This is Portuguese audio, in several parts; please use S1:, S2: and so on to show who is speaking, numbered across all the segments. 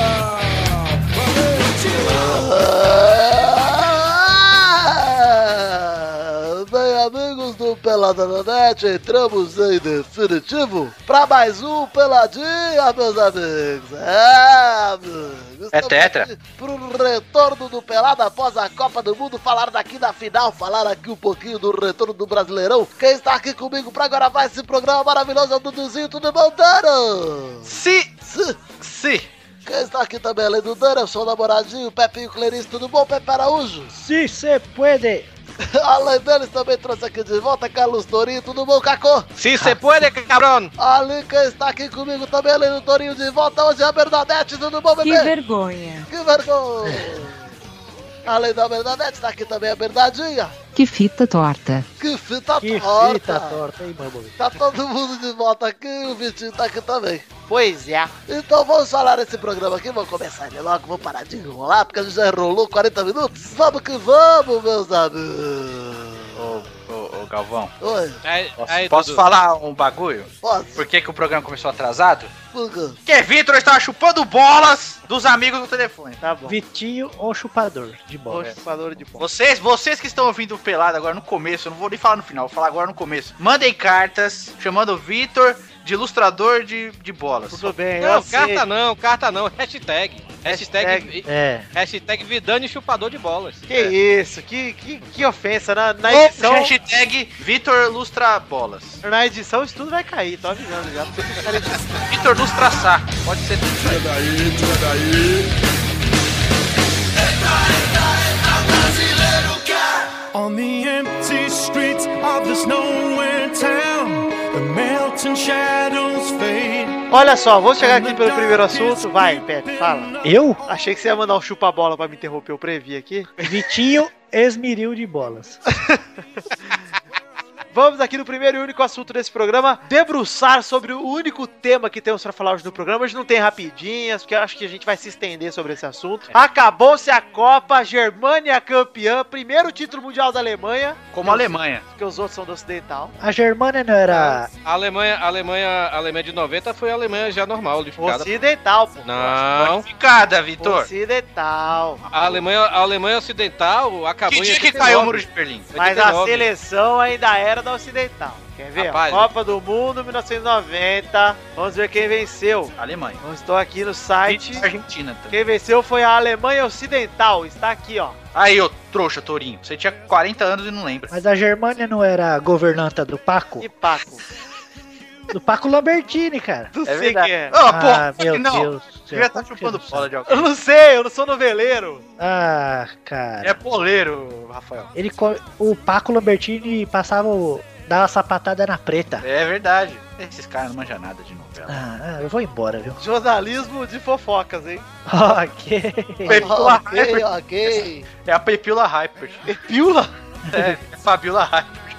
S1: Está
S2: Ah, Bem, amigos do Pelada na Net, entramos em definitivo para mais um Peladinha, meus amigos. É, amigos.
S3: É
S2: estamos
S3: tetra.
S2: aqui Pro retorno do Pelada após a Copa do Mundo, falaram daqui da final, falaram aqui um pouquinho do retorno do Brasileirão. Quem está aqui comigo para agora vai esse programa maravilhoso é o Duduzinho, tudo bom, Dano?
S3: Se, se.
S2: Quem está aqui também, além do Dano, eu sou o namoradinho, Pepinho Clerice, tudo bom, Pepe Araújo?
S4: Si se puede.
S2: Alan Deles também trouxe aqui de volta, Carlos Torinho, tudo bom, Cacô?
S3: Se se puede, cabrón.
S2: Ali quem está aqui comigo também, além do Torinho de volta, hoje é a Bernadette, tudo bom,
S5: Que
S6: é.
S2: bebê?
S5: vergonha.
S2: Que vergonha! Além da Bernadette, está aqui também a Bernadinha.
S5: Que fita torta.
S2: Que fita
S4: Que
S2: torta!
S4: fita torta, hein, mamãe?
S2: Tá todo mundo de volta aqui, o Vitinho tá aqui também.
S3: Pois é.
S2: Então vamos falar esse programa aqui, vamos começar ele logo, vamos parar de enrolar, porque a gente já enrolou 40 minutos. Vamos que vamos, meus amigos!
S3: Ô, ô, ô, Galvão,
S2: Oi,
S6: Aí,
S3: posso,
S6: aí,
S3: posso
S6: Dudu.
S3: falar um bagulho?
S2: posso?
S3: Por que, que o programa começou atrasado?
S2: Por quê?
S3: Porque Vitor estava chupando bolas dos amigos no telefone.
S6: Tá bom.
S4: Vitinho ou chupador de bola? É.
S6: Poxa, valor de bom.
S3: Vocês, vocês que estão ouvindo o pelado agora no começo, eu não vou nem falar no final, vou falar agora no começo. Mandem cartas chamando o Vitor de ilustrador de, de bolas.
S4: Tudo bem,
S6: Não,
S4: eu
S6: carta
S4: aceito.
S6: não, carta não. Hashtag. Hashtag,
S4: É.
S6: hashtag Vidani chupador de bolas.
S4: Que isso, que, que, que ofensa. Na, na
S3: Ou
S4: edição,
S3: Então-
S6: então-
S3: hashtag Vitor Lustra Bolas.
S4: na edição isso tudo vai cair, tô avisando já. porque vocês querem-
S3: Vitor Lustra Sá. Pode ser tudo isso aí.
S1: daí, tira daí.
S7: On the empty streets of this nowhere town, the melting shadows fade.
S4: Olha só, vamos chegar aqui pelo primeiro assunto. Vai, Pepe, fala.
S8: Eu?
S4: Achei que você ia mandar um chupa-bola pra me interromper, eu previ aqui.
S8: Vitinho esmeril de bolas.
S4: Vamos aqui no primeiro e único assunto desse programa, debruçar sobre o único tema que temos pra falar hoje no programa. Hoje não tem rapidinhas, porque eu acho que a gente vai se estender sobre esse assunto.
S8: É.
S4: Acabou-se a Copa, Germânia campeã, primeiro título mundial da Alemanha,
S3: Como a Alemanha.
S4: porque os outros são do ocidental.
S8: A Germânia não era.
S6: A Alemanha, a Alemanha, a Alemanha de 90 foi a Alemanha já normal, unificada.
S4: Ocidental, pô.
S6: Não,
S3: Ficada, Vitor.
S4: Ocidental.
S6: a Alemanha, a Alemanha ocidental acabou
S3: Que
S6: em
S3: dia que
S6: 89.
S3: caiu o muro de Berlim?
S4: Mas a
S6: 89.
S4: seleção ainda era da Ocidental. Quer ver?
S6: Rapaz,
S4: Copa do Mundo 1990. Vamos ver quem venceu.
S3: Alemanha.
S4: Eu estou aqui no site.
S3: Argentina também.
S4: Quem venceu foi a Alemanha Ocidental. Está aqui, ó.
S3: Aí, ô trouxa, Tourinho. Você tinha 40 anos e não lembra.
S8: Mas a Germânia não era a governanta do Paco?
S4: E Paco.
S8: Do Paco Lambertini, cara.
S4: Não
S3: É
S4: sei
S3: verdade.
S4: quem é.
S3: Ah,
S8: ah,
S3: pô,
S8: meu
S3: não.
S8: Deus. do
S3: Você
S8: céu.
S3: já tá
S8: Como que
S3: chupando
S8: não
S3: bola de
S4: Eu
S3: alguém.
S4: não sei, eu não sou noveleiro.
S8: sabe? Ah,
S3: É
S8: cara.
S3: poleiro, Rafael.
S8: Ele co- O Paco Lambertini passava o. dava uma sapatada na preta.
S3: É verdade. Esses caras não manjam nada de novela.
S8: Ah, eu vou embora, viu?
S4: Jornalismo de fofocas, hein?
S8: ok.
S3: Pepila
S2: Ok, ok.
S3: É a Pepila Hyper.
S4: Piula?
S3: É, é Fabiola Hyper.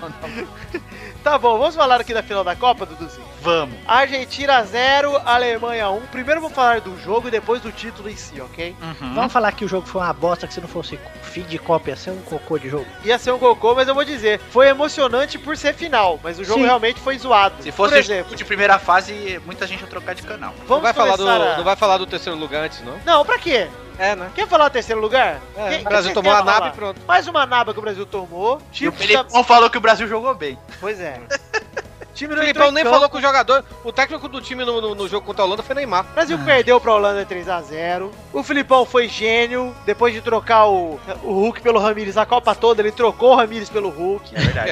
S4: Tá bom, vamos falar aqui da final da Copa, Duduzinho?
S3: Vamos.
S4: Argentina 0, Alemanha 1. Primeiro vamos falar do jogo e depois do título em si, ok?
S3: Uhum.
S8: Vamos falar que o jogo foi uma bosta que se não fosse fim de Copa ia ser um cocô de jogo.
S4: Ia ser um gol, mas eu vou dizer, foi emocionante por ser final, mas o jogo
S8: Sim.
S4: realmente foi zoado.
S3: Se fosse
S4: por exemplo,
S3: de primeira fase, muita gente ia trocar de canal.
S6: Não
S4: vamos
S6: vai, falar do,
S4: começar a-
S6: não vai falar do terceiro lugar antes, não?
S4: Não, pra quê?
S6: É, né?
S4: Quer falar terceiro lugar? Quem-
S6: o Brasil
S4: quem
S6: tomou
S4: quer
S6: a nave
S4: falar?
S6: e pronto.
S4: Mais uma naba que o Brasil tomou.
S3: E
S4: Time
S3: o
S4: da-
S3: Felipão falou que o Brasil jogou bem.
S4: Pois é. time
S6: O
S4: não
S6: Filipão
S4: entrou em
S6: nem
S4: campo.
S6: falou com o jogador. O técnico do time no, no- no jogo contra a Holanda foi Neymar.
S4: O Brasil perdeu pra Holanda 3x0. O Filipão foi gênio. Depois de trocar o, o Hulk pelo Ramires a Copa toda, ele trocou o Ramires pelo Hulk.
S3: É verdade.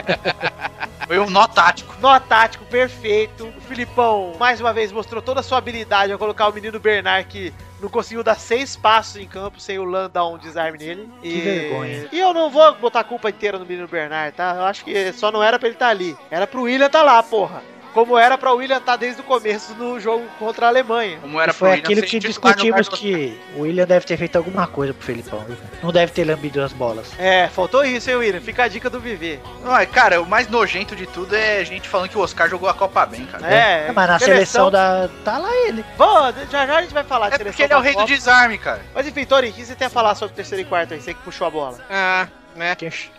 S3: Foi um nó tático.
S4: Nó tático perfeito. O Filipão, mais uma vez, mostrou toda a sua habilidade ao colocar o menino Bernard, que não conseguiu dar seis passos em campo sem o Lan dar um desarme nele.
S8: Que vergonha.
S4: E eu não vou botar a culpa inteira no menino Bernard, tá? Eu acho que só não era pra ele estar ali. Era pro William estar lá, porra. Como era pra o William estar desde o começo no jogo contra a Alemanha.
S3: Como era
S8: E foi
S3: pro William
S8: aquilo
S3: ser
S8: que
S3: titular no lugar
S8: discutimos
S3: do-
S8: que o William deve ter feito alguma coisa pro Felipão. viu? Não deve ter lambido as bolas.
S4: É, faltou isso, hein, William? Fica a dica do viver.
S3: Ai, cara, o mais nojento de tudo é gente falando que o Oscar jogou a Copa bem, cara.
S4: É,
S8: Tá mas na seleção, da. tá lá ele.
S4: Vamos, já já a gente vai falar de
S3: É
S4: seleção
S3: porque ele é o
S4: da
S3: rei do
S4: Copa.
S3: desarme, cara.
S4: Mas enfim, Tori, o que você tem a falar sobre o terceiro e quarto aí? Você que puxou a bola.
S6: Ah, né?
S8: Que ch-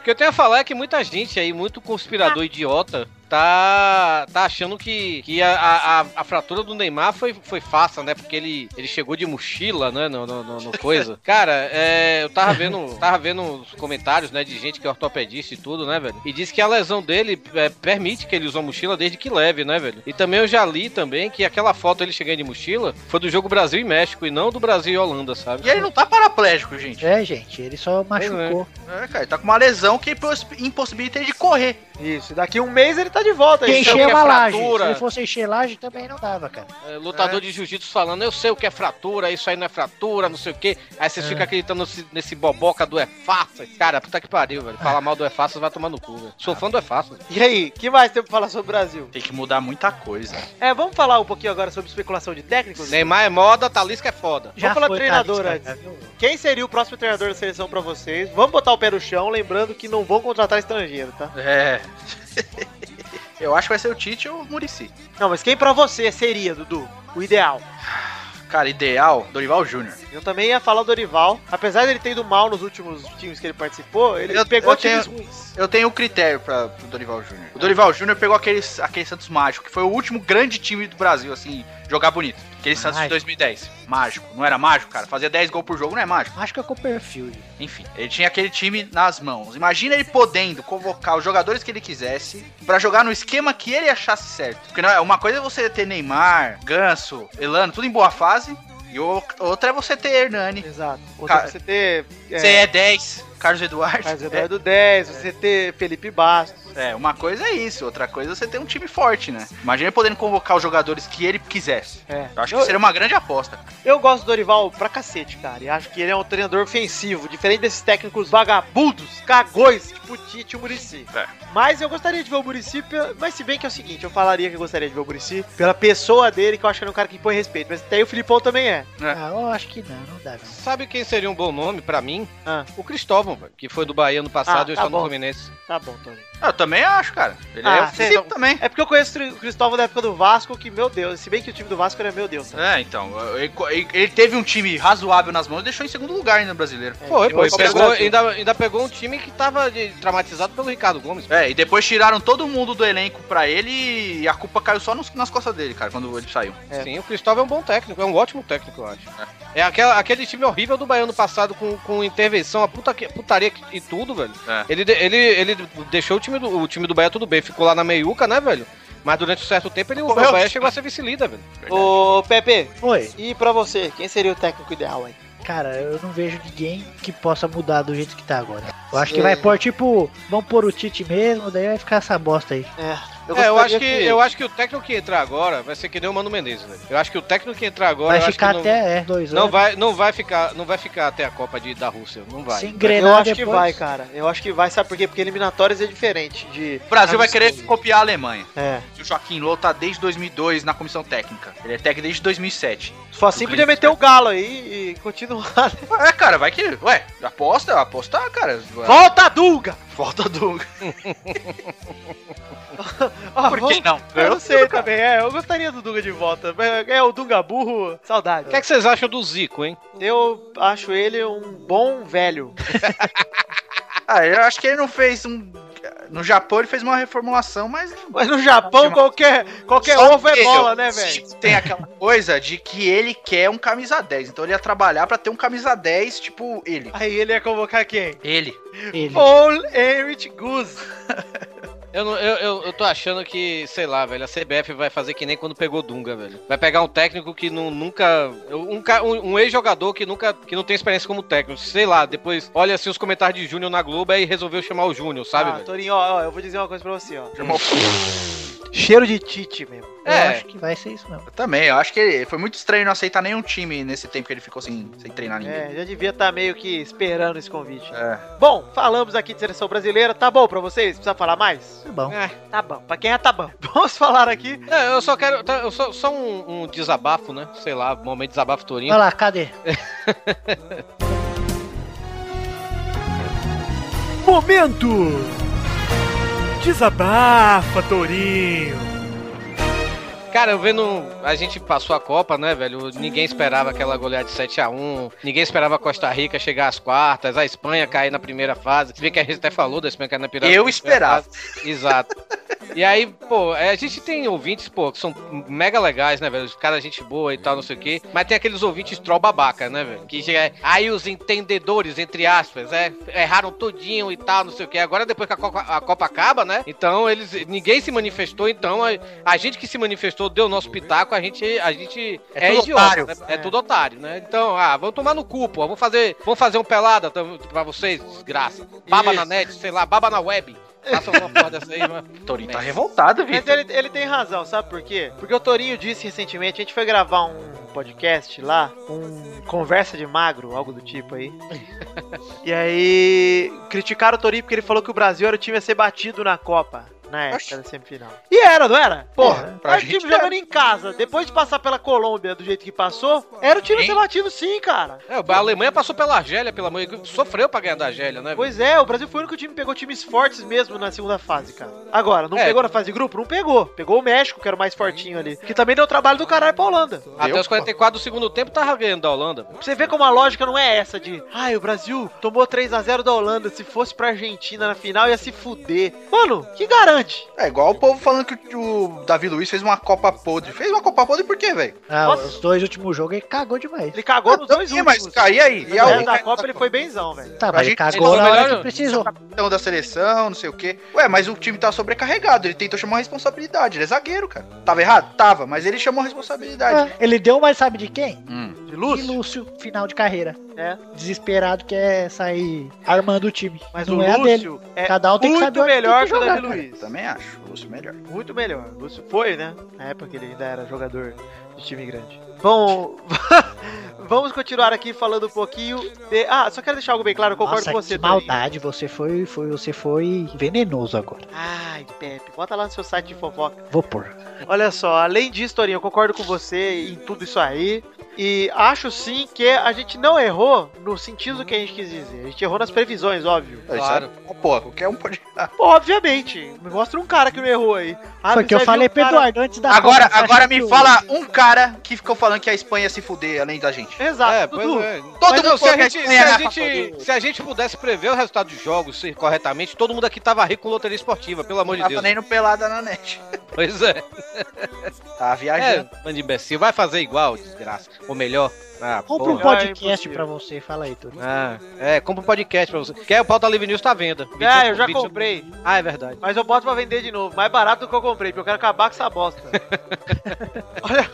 S6: O que eu tenho a falar é que muita gente aí, muito conspirador idiota, tá, tá achando que, que a, a, a- a fratura do Neymar foi, foi fácil, né? Porque ele, ele chegou de mochila, né? No, no, no- no coisa. Cara, é, eu tava vendo, tava vendo os comentários, né? De gente que é ortopedista e tudo, né, velho? E diz que a lesão dele é, permite que ele use uma mochila desde que leve, né, velho? E também eu já li também que aquela foto ele chegando de mochila foi do jogo Brasil e México e não do Brasil e Holanda, sabe?
S3: E ele não tá paraplégico, gente.
S8: É, gente, ele só
S3: né?
S8: machucou.
S3: É, cara, ele tá com uma lesão que impos- impossibilita ele de correr.
S4: Isso, daqui um mês ele tá de volta.
S8: Quem
S4: aí.
S6: encheu
S8: encheu
S6: que é
S8: a laje. Se
S6: fratura.
S8: ele fosse encher laje, também não dava, cara.
S6: É, lutador de jiu-jitsu falando, eu sei o que é fratura, isso aí não é fratura, não sei o quê. Aí
S4: É.
S6: vocês ficam acreditando nesse, nesse boboca do é fácil. Cara, puta que pariu, velho. Falar mal do é fácil, vai tomar no cu, velho. Sou fã do é fácil.
S4: E aí, que mais tem pra falar sobre o Brasil?
S3: Tem que mudar muita coisa.
S4: É, vamos falar um pouquinho agora sobre especulação de técnicos?
S6: Neymar é moda, Talisca é foda.
S4: Vamos falar do
S8: tá
S4: treinador
S8: Talisca,
S4: antes.
S8: viu?
S4: Quem seria o próximo treinador da seleção pra vocês? Vamos botar o pé no chão, lembrando que não vão contratar estrangeiro, tá?
S3: É. Eu acho que vai ser o Tite ou o Murici.
S4: Não, mas quem pra você seria, Dudu? O ideal.
S3: Cara, ideal, Dorival Júnior.
S4: Eu também ia falar do Dorival. Apesar dele ter ido mal nos últimos times que ele participou, ele
S3: Eu-
S4: pegou
S3: eu
S4: times ruins.
S3: Eu tenho um critério pra, pro Dorival Júnior. O Dorival Júnior pegou aquele, aquele Santos mágico, que foi o último grande time do Brasil, assim, jogar bonito. Aquele Santos de
S8: Mágico.
S3: 2010. Mágico. Não era mágico, cara? Fazia 10 gols por jogo, não é mágico.
S8: Acho que é com o perfil. gente.
S3: Enfim, ele tinha aquele time nas mãos. Imagina ele podendo convocar os jogadores que ele quisesse pra jogar no esquema que ele achasse certo. Porque não é uma coisa é você ter Neymar, Ganso, Elano, tudo em boa fase, e o- outra é você ter Hernani.
S4: Exato. Ou
S3: Cara-
S4: você ter. É,
S3: Você é 10, Carlos Eduardo.
S4: Carlos Eduardo 10, você ter Felipe Bastos.
S3: É, é, uma coisa é isso, outra coisa é você ter um time forte, né? Imagina ele podendo convocar os jogadores que ele quisesse.
S4: É.
S3: Eu acho
S4: Eu-
S3: que seria uma grande aposta.
S4: Eu gosto do Dorival pra cacete, cara. E acho que ele é um treinador ofensivo, diferente desses técnicos vagabundos, cagões, tipo Tite e o Murici.
S3: É.
S4: Mas eu gostaria de ver o Murici, mas se bem que é o seguinte, eu falaria que eu gostaria de ver o Murici pela pessoa dele, que eu acho que ele é um cara que impõe respeito. Mas até aí o Filipão também é.
S8: Ah, eu acho que não, não dá. não.
S6: Sabe quem seria um bom nome pra mim?
S4: Ah.
S6: O Cristóvão, velho, que foi do Bahia ano
S4: Ah,
S6: passado e hoje
S4: tá
S6: tá no
S4: bom.
S6: Fluminense.
S4: Tá bom, Tony.
S3: Eu também acho, cara. Ele
S4: Ah,
S3: é ofensivo
S4: sim.
S3: também.
S4: É porque eu conheço o Cristóvão da época do Vasco, que, meu Deus, se bem que o time do Vasco era meu Deus.
S3: É, então, ele, ele- ele teve um time razoável nas mãos e deixou em segundo lugar ainda no brasileiro.
S6: Foi,
S4: pô,
S6: pô.
S4: e pegou-
S6: Pegou, ainda, ainda pegou um time que tava de- traumatizado pelo Ricardo Gomes.
S3: É, e depois tiraram todo mundo do elenco pra ele e a culpa caiu só nos- nas costas dele, cara, quando ele saiu.
S4: É.
S6: Sim, o Cristóvão é um bom técnico, é um ótimo técnico, eu acho. É, aquela, aquele time horrível do Baiano passado com, com intervenção, a puta que- putaria que- e tudo, velho.
S3: É.
S6: Ele, de- ele, ele deixou o time, do, o time do Bahia tudo bem, ficou lá na meiuca, né, velho? Mas durante um certo tempo ele, o
S3: Correu.
S6: Bahia chegou a ser vice-líder, velho.
S4: Ô, Pepe,
S8: Foi.
S4: e pra você, quem seria o técnico ideal aí?
S8: Cara, eu não vejo ninguém que possa mudar do jeito que tá agora. Eu acho
S4: Sim.
S8: que vai pôr, tipo, vão pôr o Tite mesmo, daí vai ficar essa bosta aí.
S4: É,
S6: é, eu
S4: gostaria
S6: acho que, eu acho que o técnico que entrar agora vai ser que nem o Mano Menezes, velho. Eu acho que o técnico que entrar agora.
S8: Vai
S6: eu acho
S8: ficar
S6: que
S8: até é, dois
S6: Não, não
S8: anos.
S6: vai, não vai ficar, não vai ficar até a Copa de, da Rússia, não vai.
S8: Se
S4: Eu
S8: engrenar
S4: acho que
S8: depois.
S4: vai, cara. Eu acho que vai, sabe por quê? Porque eliminatórias é diferente de.
S3: O Brasil
S4: Ah,
S3: vai
S4: não
S3: querer
S4: sei.
S3: copiar a Alemanha.
S4: É.
S3: E O Joaquim Low tá desde 2002 na comissão técnica. Ele é técnico desde 2007.
S4: Só assim podia meter o galo aí e continuar. né?
S3: É, cara, vai que... Ué, aposta, apostar, cara.
S4: Volta, Dunga!
S3: Volta do...
S4: Ah,
S3: Por
S4: vamos-
S3: que não?
S4: Eu não sei também, é. Eu gostaria do Dunga de volta. mas É o Dunga burro, saudade.
S6: O que, é que vocês acham do Zico, hein?
S4: Eu acho ele um bom velho.
S3: Ah, eu acho que ele não fez um... No Japão ele fez uma reformulação, mas...
S4: Mas no Japão, qualquer, qualquer
S3: Só
S4: ovo é
S3: ele,
S4: bola, né,
S3: sim,
S4: velho?
S3: Tem aquela coisa de que ele quer um camisa 10. Então ele ia trabalhar pra ter um camisa 10, tipo, ele.
S4: Aí ele ia convocar quem?
S3: Ele.
S8: Ele.
S4: Paul Henrich Guz.
S6: Eu, não- eu, eu, eu tô achando que, sei lá, velho, a CBF vai fazer que nem quando pegou Dunga, velho. Vai pegar um técnico que não, nunca. Um, ca- um, um ex-jogador que nunca. que não tem experiência como técnico. Sei lá, depois olha assim os comentários de Júnior na Globo e resolveu chamar o Júnior, sabe,
S4: ah,
S6: velho?
S4: Torinho, ó, ó, eu vou dizer uma coisa pra você, ó.
S3: Chamou
S4: Cheiro de Tite mesmo.
S8: Eu
S6: É.
S8: acho que vai ser isso mesmo.
S3: Eu também, eu acho que foi muito estranho não aceitar nenhum time nesse tempo que ele ficou sem, sem treinar ninguém.
S4: É, já devia estar meio que esperando esse convite.
S3: É.
S4: Bom, falamos aqui de seleção brasileira. Tá bom pra vocês? Precisa falar mais?
S8: Tá bom.
S6: É.
S4: Tá bom. Pra quem já tá bom. Vamos falar aqui.
S8: né?
S6: É, eu só quero. tá, eu só só um, um desabafo, né? Sei lá, momento de desabafo Torinho.
S8: Olha lá, cadê?
S7: Momento! Desabafa, Torinho!
S6: Cara, eu vendo. um- A gente passou a Copa, né, velho? Ninguém esperava aquela goleada de 7x1. Ninguém esperava a Costa Rica chegar às quartas. A Espanha cair na primeira fase. Se bem que a gente até falou da Espanha cair na primeira
S3: Eu
S6: primeira
S3: esperava.
S6: fase. Exato. E aí, pô, é, a gente tem ouvintes, pô, que são mega legais, né, velho? Os caras, gente boa e tal, não sei o quê. Mas tem aqueles ouvintes troll babaca, né, velho? Que já é. Aí os entendedores, entre aspas, é, erraram todinho e tal, não sei o quê. Agora, depois que a Copa, a Copa acaba, né? Então, eles. Ninguém se manifestou, então a, a gente que se manifestou, deu o nosso pitaco, a gente. A gente é,
S3: tudo
S6: idiota,
S3: otário.
S6: né? É, tudo otário, né? Então, ah, vamos tomar no cu, pô. Vamos fazer, vamos fazer um pelada tam- pra vocês, desgraça. Baba na
S3: Isso.
S6: net, sei lá, baba na web. Faça uma porra dessa aí, mano.
S3: Torinho tá revoltado,
S4: Mas
S3: Vitor.
S4: ele, ele tem razão, sabe por quê? Porque o Torinho disse recentemente, a gente foi gravar um podcast lá, um conversa de magro, algo do tipo aí. e aí criticaram o Torinho porque ele falou que o Brasil era o time a ser batido na Copa. Na época da semifinal. E era, não era? É. Porra,
S3: pra
S4: era o
S3: gente
S4: time jogando em casa. Depois de passar pela Colômbia do jeito que passou, era o time a
S3: Hein?
S4: ser batido sim, cara.
S6: É, a Alemanha passou pela Argélia, pelo amor de Deus. Sofreu pra ganhar da Argélia, né? velho?
S4: Pois é, o Brasil foi o único time que pegou times fortes mesmo na segunda fase, cara. Agora, não
S6: É.
S4: pegou na fase de grupo? Não pegou. Pegou o México, que era o mais fortinho ali. Que também deu trabalho do caralho pra Holanda.
S6: Até os 44 do segundo tempo tava ganhando da Holanda. velho.
S4: Pra você ver como a lógica não é essa de ai, o Brasil tomou 3 a 0 da Holanda, se fosse pra Argentina na final ia se fuder. Mano, que garante?
S3: É igual o povo falando que o Davi Luiz fez uma Copa podre. Fez uma Copa podre por quê, velho?
S8: Ah,
S4: Nossa.
S8: os dois últimos jogos ele cagou demais.
S4: Ele cagou nos dois
S3: Ih, mas,
S4: últimos.
S3: cara, e aí? E
S4: Na
S3: aí?
S4: resto da Copa ele foi benzão, velho.
S8: Tá,
S3: A
S8: mas ele
S3: gente-
S8: cagou
S6: ele
S8: na hora
S6: melhor-
S8: que precisou.
S3: capitão da seleção, não sei o quê. Ué, mas o time tá sobrecarregado, ele tentou chamar a responsabilidade, ele é zagueiro, cara. Tava errado? Tava, mas ele chamou a responsabilidade. Hum.
S8: Ah, ele deu, mas sabe de
S4: É.
S8: quem?
S4: De
S8: De
S4: Lúcio.
S8: Lúcio, final de carreira.
S4: É.
S8: Desesperado quer sair armando o time.
S4: Mas
S8: não
S4: o
S8: é a dele.
S4: Lúcio é
S8: Cada um tem que saber
S4: muito
S8: onde tem
S4: melhor
S8: que
S4: que o
S8: jogar,
S4: Davi
S8: cara.
S4: Luiz.
S3: É, Também acho, o Lúcio melhor. É,
S4: Muito melhor. O Lúcio foi, né? Na época que ele ainda era jogador de time grande. Bom, vamos continuar aqui falando um pouquinho de... Ah, só quero deixar algo bem claro, eu concordo
S8: Nossa,
S4: com você,
S8: que
S4: Torinho.
S8: maldade, você foi, foi, você foi venenoso agora.
S4: Ai, Pepe, bota lá no seu site de fofoca.
S8: Vou pôr.
S4: Olha só, além disso, Torinho, eu concordo com você em tudo isso aí. E acho sim que a gente não errou no sentido do que a gente quis dizer. A gente errou nas previsões, óbvio.
S6: Claro.
S3: Isso é... Pô, qualquer um pode.
S4: Obviamente. Me mostra um cara que não errou aí. Ah,
S8: Foi
S4: mas
S8: que eu
S4: vai vir
S8: falei
S4: um
S8: pro
S4: cara-
S8: Eduardo antes da
S3: Agora,
S8: Copa, você
S3: agora
S8: acha
S3: me
S8: que o-
S3: fala um cara que ficou falando que a Espanha ia se fuder além da gente.
S4: Exato,
S6: é,
S4: Dudu.
S6: pois é.
S3: Todo
S6: Mas,
S3: mundo
S6: não, se, a
S3: falou que
S6: gente,
S3: a
S6: se,
S3: Espanha
S6: a
S3: era
S6: gente,
S3: favorito.
S6: se a gente pudesse prever o resultado dos jogos se- corretamente, todo mundo aqui tava rico com loteria esportiva, pelo amor de
S3: Tava
S6: Deus.
S3: nem no pelada na net.
S6: Pois é.
S3: Tava
S6: É,
S3: Tá viajando.
S6: bando de imbecil. Vai fazer igual, desgraça. Ou melhor. Ah,
S8: Compra um
S6: porra.
S8: podcast
S4: Ai,
S8: pra você, fala aí, Tony.
S6: Ah, é, compra um podcast pra você. Quer o Pauta Livre News tá à venda.
S4: Ah, eu já
S6: 28
S4: comprei.
S6: Ah, é verdade.
S4: Mas eu boto pra vender de novo. Mais barato do que eu comprei, porque eu quero acabar com essa bosta. olha,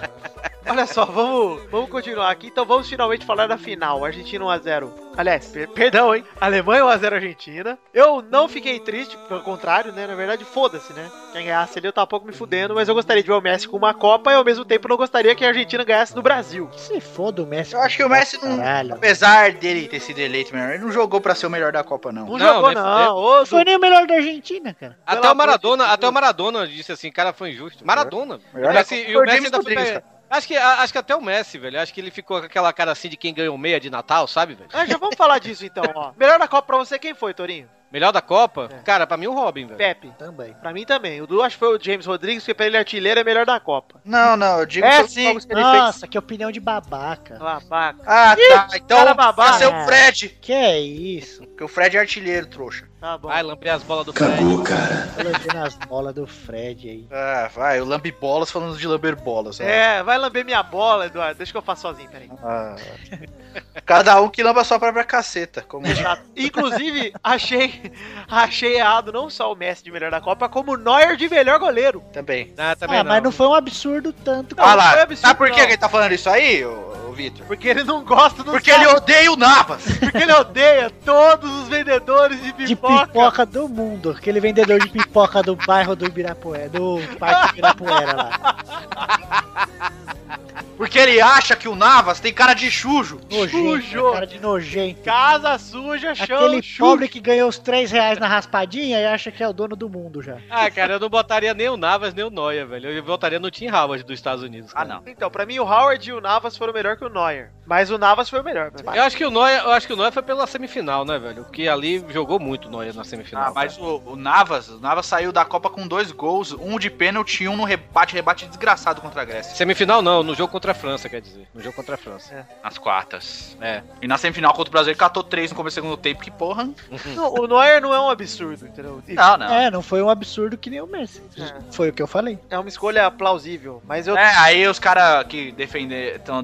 S4: olha só, vamos, vamos continuar aqui. Então vamos finalmente falar da final. Argentina 1x0. Aliás, per- perdão, hein? Alemanha 1x0 Argentina. Eu não fiquei triste, pelo contrário, né? Na verdade, foda-se, né? Quem ganhasse ali eu tava pouco me fudendo, mas eu gostaria de ver o Messi com uma Copa e ao mesmo tempo não gostaria que a Argentina ganhasse do Brasil.
S8: Se foda o Messi.
S3: Eu acho que o Messi não-
S8: Caralho.
S3: É. Apesar dele ter sido eleito melhor, ele não jogou pra ser o melhor da Copa, não.
S4: Não,
S6: Não,
S4: jogou,
S6: né?
S4: não. Ô,
S8: Não foi nem o melhor da Argentina, cara.
S6: Até
S4: Pelo
S6: o Maradona, até o Maradona disse assim, cara, foi injusto. Maradona.
S3: Melhor
S6: O
S3: da
S6: Messi-
S3: Copa
S6: É, assim, e
S3: foi
S6: o
S3: o
S6: Messi
S3: James
S6: ainda foi
S3: Rodrigues,
S6: pe- Acho que, a- acho que até o Messi, velho. Acho que ele ficou com aquela cara assim de quem ganhou meia de Natal, sabe, velho?
S4: Ah, já vamos falar disso então, ó. Melhor da Copa pra você quem foi, Torinho?
S6: Melhor da Copa?
S4: É.
S6: Cara, pra mim o Robin, velho.
S4: Pepe.
S8: Também.
S4: Pra mim também. O Dudu acho que foi o James Rodrigues, porque pra ele artilheiro é melhor da Copa.
S3: Não, não, eu digo
S4: É,
S3: todos os
S4: sim.
S3: jogos que ele fez.
S8: Nossa, que opinião de babaca.
S4: Babaca.
S3: Ah, tá.
S4: cara
S3: Então
S4: babaca.
S3: vai ser o Fred.
S8: Que é isso?
S3: Porque o Fred é artilheiro, trouxa.
S4: Tá bom.
S6: Ai, lambrei as bolas do Fred.
S8: Colocando as bolas do Fred aí.
S3: Ah, vai, o lambe bolas falando de lamber bolas. né?
S4: É, vai lamber minha bola, Eduardo. Deixa que eu faço sozinho, peraí.
S3: Ah. Cada um que lamba a sua própria caceta. Como...
S4: Exato. Inclusive, achei, achei errado não só o Messi de melhor da Copa, como o Neuer de melhor goleiro.
S3: Também.
S6: Ah, também
S8: Ah,
S6: não.
S8: mas não foi um absurdo tanto.
S4: Não,
S3: Olha
S4: não foi
S3: lá,
S4: absurdo,
S3: sabe por que
S4: não.
S3: que ele tá falando isso aí, ô, ô Vitor?
S4: Porque ele não gosta do
S3: Porque ele odeia o Navas.
S4: porque ele odeia todos os vendedores de
S8: de
S4: pipoca.
S8: pipoca do mundo. Aquele vendedor de pipoca do bairro do Ibirapuera, do Parque do Ibirapuera lá.
S3: Porque ele acha que o Navas tem cara de chujo.
S8: Nojento,
S3: Chujo!
S8: uma cara de nojento.
S4: Casa suja, chão
S8: Aquele
S4: sujo.
S8: pobre que ganhou os 3 reais na raspadinha e acha que é o dono do mundo já.
S6: Ah, cara, eu não botaria nem o Navas, nem o Noia, velho. Eu botaria no Tim Howard dos Estados Unidos.
S3: Ah,
S6: cara.
S3: não.
S4: Então, pra mim, o Howard e o Navas foram melhor que o Neuer. Mas o Navas foi o melhor. Mas...
S6: Eu acho que o Noia, eu acho que o Noia foi pela semifinal, né, velho? Porque ali jogou muito o Noia na semifinal.
S3: Ah, mas o, o Navas, o Navas saiu da Copa com dois gols, um de pênalti e um no rebate, rebate desgraçado contra a Grécia.
S6: Semifinal não, no jogo contra a França, quer dizer. No jogo contra a França.
S3: Nas quartas.
S6: É.
S3: E na semifinal contra o Brasil, ele catou três no começo do segundo tempo, que porra.
S4: Não, o Neuer não é um absurdo, entendeu? E
S3: Não, não. É,
S8: É, não foi um absurdo que nem o Messi.
S4: É.
S8: Foi o que eu falei.
S4: É uma escolha plausível. Mas eu.
S3: É, aí os caras que estão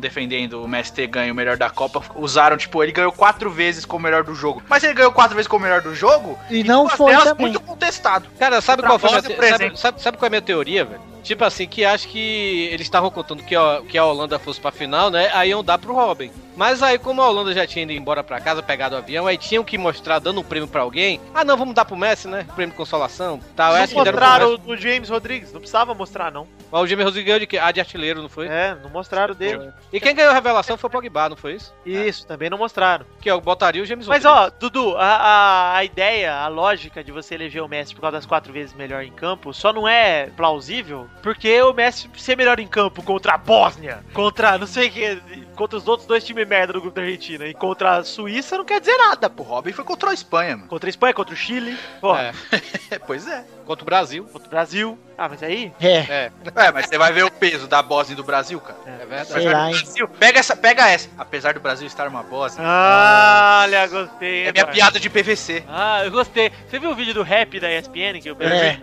S3: defendendo o Messi ter ganho o melhor da Copa usaram, tipo, ele ganhou quatro vezes como o melhor do jogo. Mas ele ganhou quatro vezes como o melhor do jogo
S8: E não
S3: duas
S8: foi
S3: delas
S8: também.
S3: é muito contestado.
S6: Cara, sabe
S3: Pra
S6: qual foi a minha
S3: França e
S6: te-
S3: presente.
S6: sabe, sabe- sabe qual é a minha teoria, velho? Tipo assim, que acho que eles estavam contando que a, que a Holanda fosse pra final, né? Aí iam dar pro Robin. Mas aí, como a Holanda já tinha ido embora pra casa, pegado o avião, aí tinham que mostrar dando um prêmio pra alguém. Ah, não, vamos dar pro Messi, né? Prêmio de consolação. Tá, aí
S4: Não
S6: acho que deram pro
S4: mostraram
S6: Messi.
S4: o, o James Rodrigues, não precisava mostrar, não.
S6: Mas o Jimmy Rodrigues ganhou de quê? Ah, de artilheiro, não foi?
S4: É, não mostraram dele.
S6: E quem ganhou a revelação foi o Pogba, não foi isso?
S4: Isso, também não mostraram.
S6: Que eu botaria o James
S4: Mas
S6: Rodrigues.
S4: ó, Dudu, a, a, a ideia, a lógica de você eleger o Messi por causa das quatro vezes melhor em campo só não é plausível porque o Messi ser melhor em campo contra a Bósnia, contra não sei o que, contra os outros dois times merda do grupo da Argentina e contra a Suíça não quer dizer nada,
S3: O
S4: porra.
S3: Robin foi contra a Espanha, mano.
S4: Contra a Espanha, contra o Chile, porra,
S6: É,
S3: É, pois é.
S6: contra o Brasil.
S4: contra o Brasil. Ah, mas aí.
S8: É,
S3: É, mas você vai ver o peso da Bósnia e do Brasil, cara.
S6: É
S8: sei
S6: verdade.
S8: lá, hein.
S3: Brasil, pega essa, pega essa. Apesar do Brasil estar uma Bósnia,
S4: Ah, olha, gostei.
S3: é minha
S4: Eduardo.
S3: piada de PVC.
S4: Ah, eu gostei. Você viu o vídeo do rap da ESPN que o
S8: É.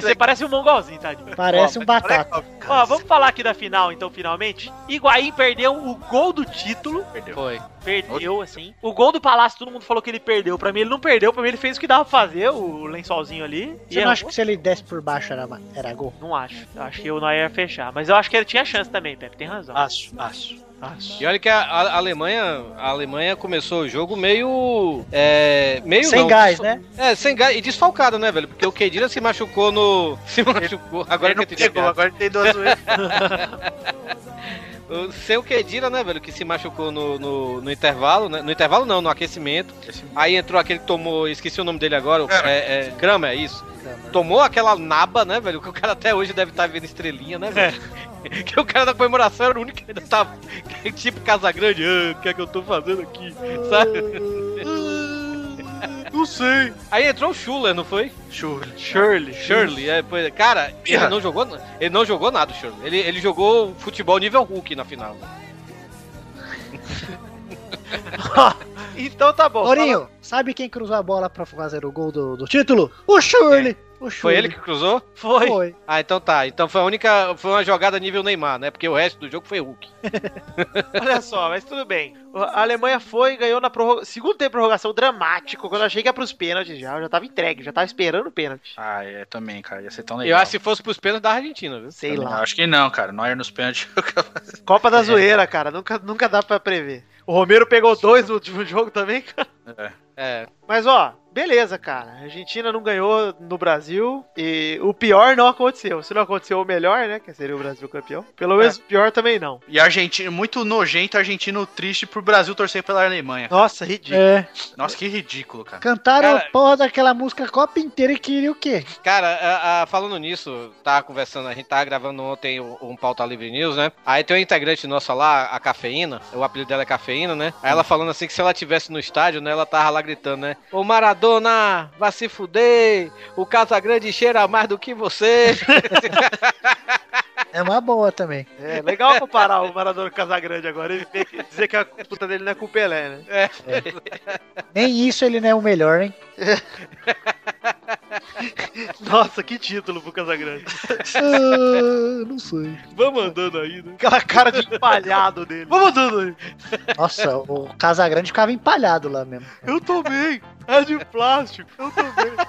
S4: Você parece um mongolzinho, tadinho.
S8: Parece um batata.
S4: Ó, vamos falar aqui da final, então, finalmente. Higuaín perdeu o gol do título.
S6: Foi.
S4: Perdeu, assim. O gol do Palácio, todo mundo falou que ele perdeu. Pra mim, ele não perdeu. Pra mim, ele fez o que dava pra fazer, o lençolzinho ali.
S8: Você não
S4: errou.
S8: acha que se ele desse por baixo era, era gol?
S4: Não acho. Eu acho que o Neuer ia fechar. Mas eu acho que ele tinha chance também, Pepe. Tem razão.
S8: Acho, acho.
S4: Acho.
S6: E olha que a, a Alemanha, a Alemanha começou o jogo meio. É, meio
S8: Sem
S6: não,
S8: gás,
S6: desfal-
S8: né?
S6: É, sem gás e desfalcada, né, velho? Porque o Kedira se machucou no. Se machucou. Agora
S3: Agora
S6: que
S3: não
S6: eu entendi a
S3: pegou, agora tem duas vezes.
S6: piada. Sem o Kedira, né, velho? Que se machucou no, no, no intervalo, né? No intervalo não, no aquecimento. Aí entrou aquele que tomou. Esqueci o nome dele agora. É, é, Grama, é isso? Tomou aquela naba, né, velho? Que o cara até hoje deve estar vendo estrelinha, né, velho?
S3: É.
S6: Que o cara da comemoração era o único que ainda tava. tipo Casagrande, "Ah, o que é que eu tô fazendo aqui? Sabe?
S4: Não sei.
S6: Aí entrou o Schuller, não foi?
S4: Shirley.
S6: Shirley, é, pois é. cara, ele não jogou, na- ele não jogou nada, o Shirley. Ele, ele jogou futebol nível Hulk na final.
S4: Então tá bom.
S8: Ourinho, sabe quem cruzou a bola pra fazer o gol do, do título? O Shirley! O Shirley.
S6: Foi ele que cruzou?
S4: Foi.
S8: Foi.
S6: Ah, então tá. Então foi a única, foi uma jogada nível Neymar, né? Porque o resto do jogo foi Hulk.
S4: Olha só, mas tudo bem. A Alemanha foi e ganhou na prorrogação. Segundo tempo de prorrogação dramático. Quando eu achei que ia pros pênaltis já, eu já tava entregue, já tava esperando o pênalti.
S3: Ah, é também, cara. Ia ser tão legal.
S6: Eu acho que se fosse pros pênaltis da Argentina, viu?
S4: Sei
S3: Também,
S4: lá.
S3: eu acho que não, cara. Neuer nos pênaltis.
S4: Copa da zoeira, cara. Nunca, nunca dá pra prever. O Romero pegou dois no último jogo também, cara.
S6: É.
S4: Mas, ó, beleza, cara. A Argentina não ganhou no Brasil e o pior não aconteceu. Se não aconteceu o melhor, né, que seria o Brasil campeão. Pelo menos o pior também não.
S3: E argentino, muito nojento, argentino triste pro Brasil torcer pela Alemanha.
S4: Nossa, ridículo.
S8: É.
S3: Nossa, que ridículo, cara.
S8: Cantaram
S6: Cara-
S8: a porra daquela música a Copa inteira e queria o quê?
S6: Cara, a- a- falando nisso, tava conversando, a gente tava gravando ontem o- um Pauta Livre News, né? Aí tem uma integrante nossa lá, a Cafeína, o apelido dela é Cafeína, né? Aí ela falando assim que se ela tivesse no estádio, né, ela tava lá gritando, né? Ô Maradona, vai se fuder, o Casagrande cheira mais do que você.
S8: É uma boa também.
S4: É, legal comparar o Maradona com o Casagrande agora e ver que- dizer que a puta dele não é com o Pelé, né?
S8: Nem isso ele não é o melhor, hein?
S4: Nossa, que título pro Casagrande.
S8: Ah, não sei.
S4: Vamos andando aí, né? Aquela cara de empalhado dele. Vamos andando aí.
S8: Nossa, o Casagrande ficava empalhado lá mesmo.
S4: Eu tomei. É de plástico. Eu tomei.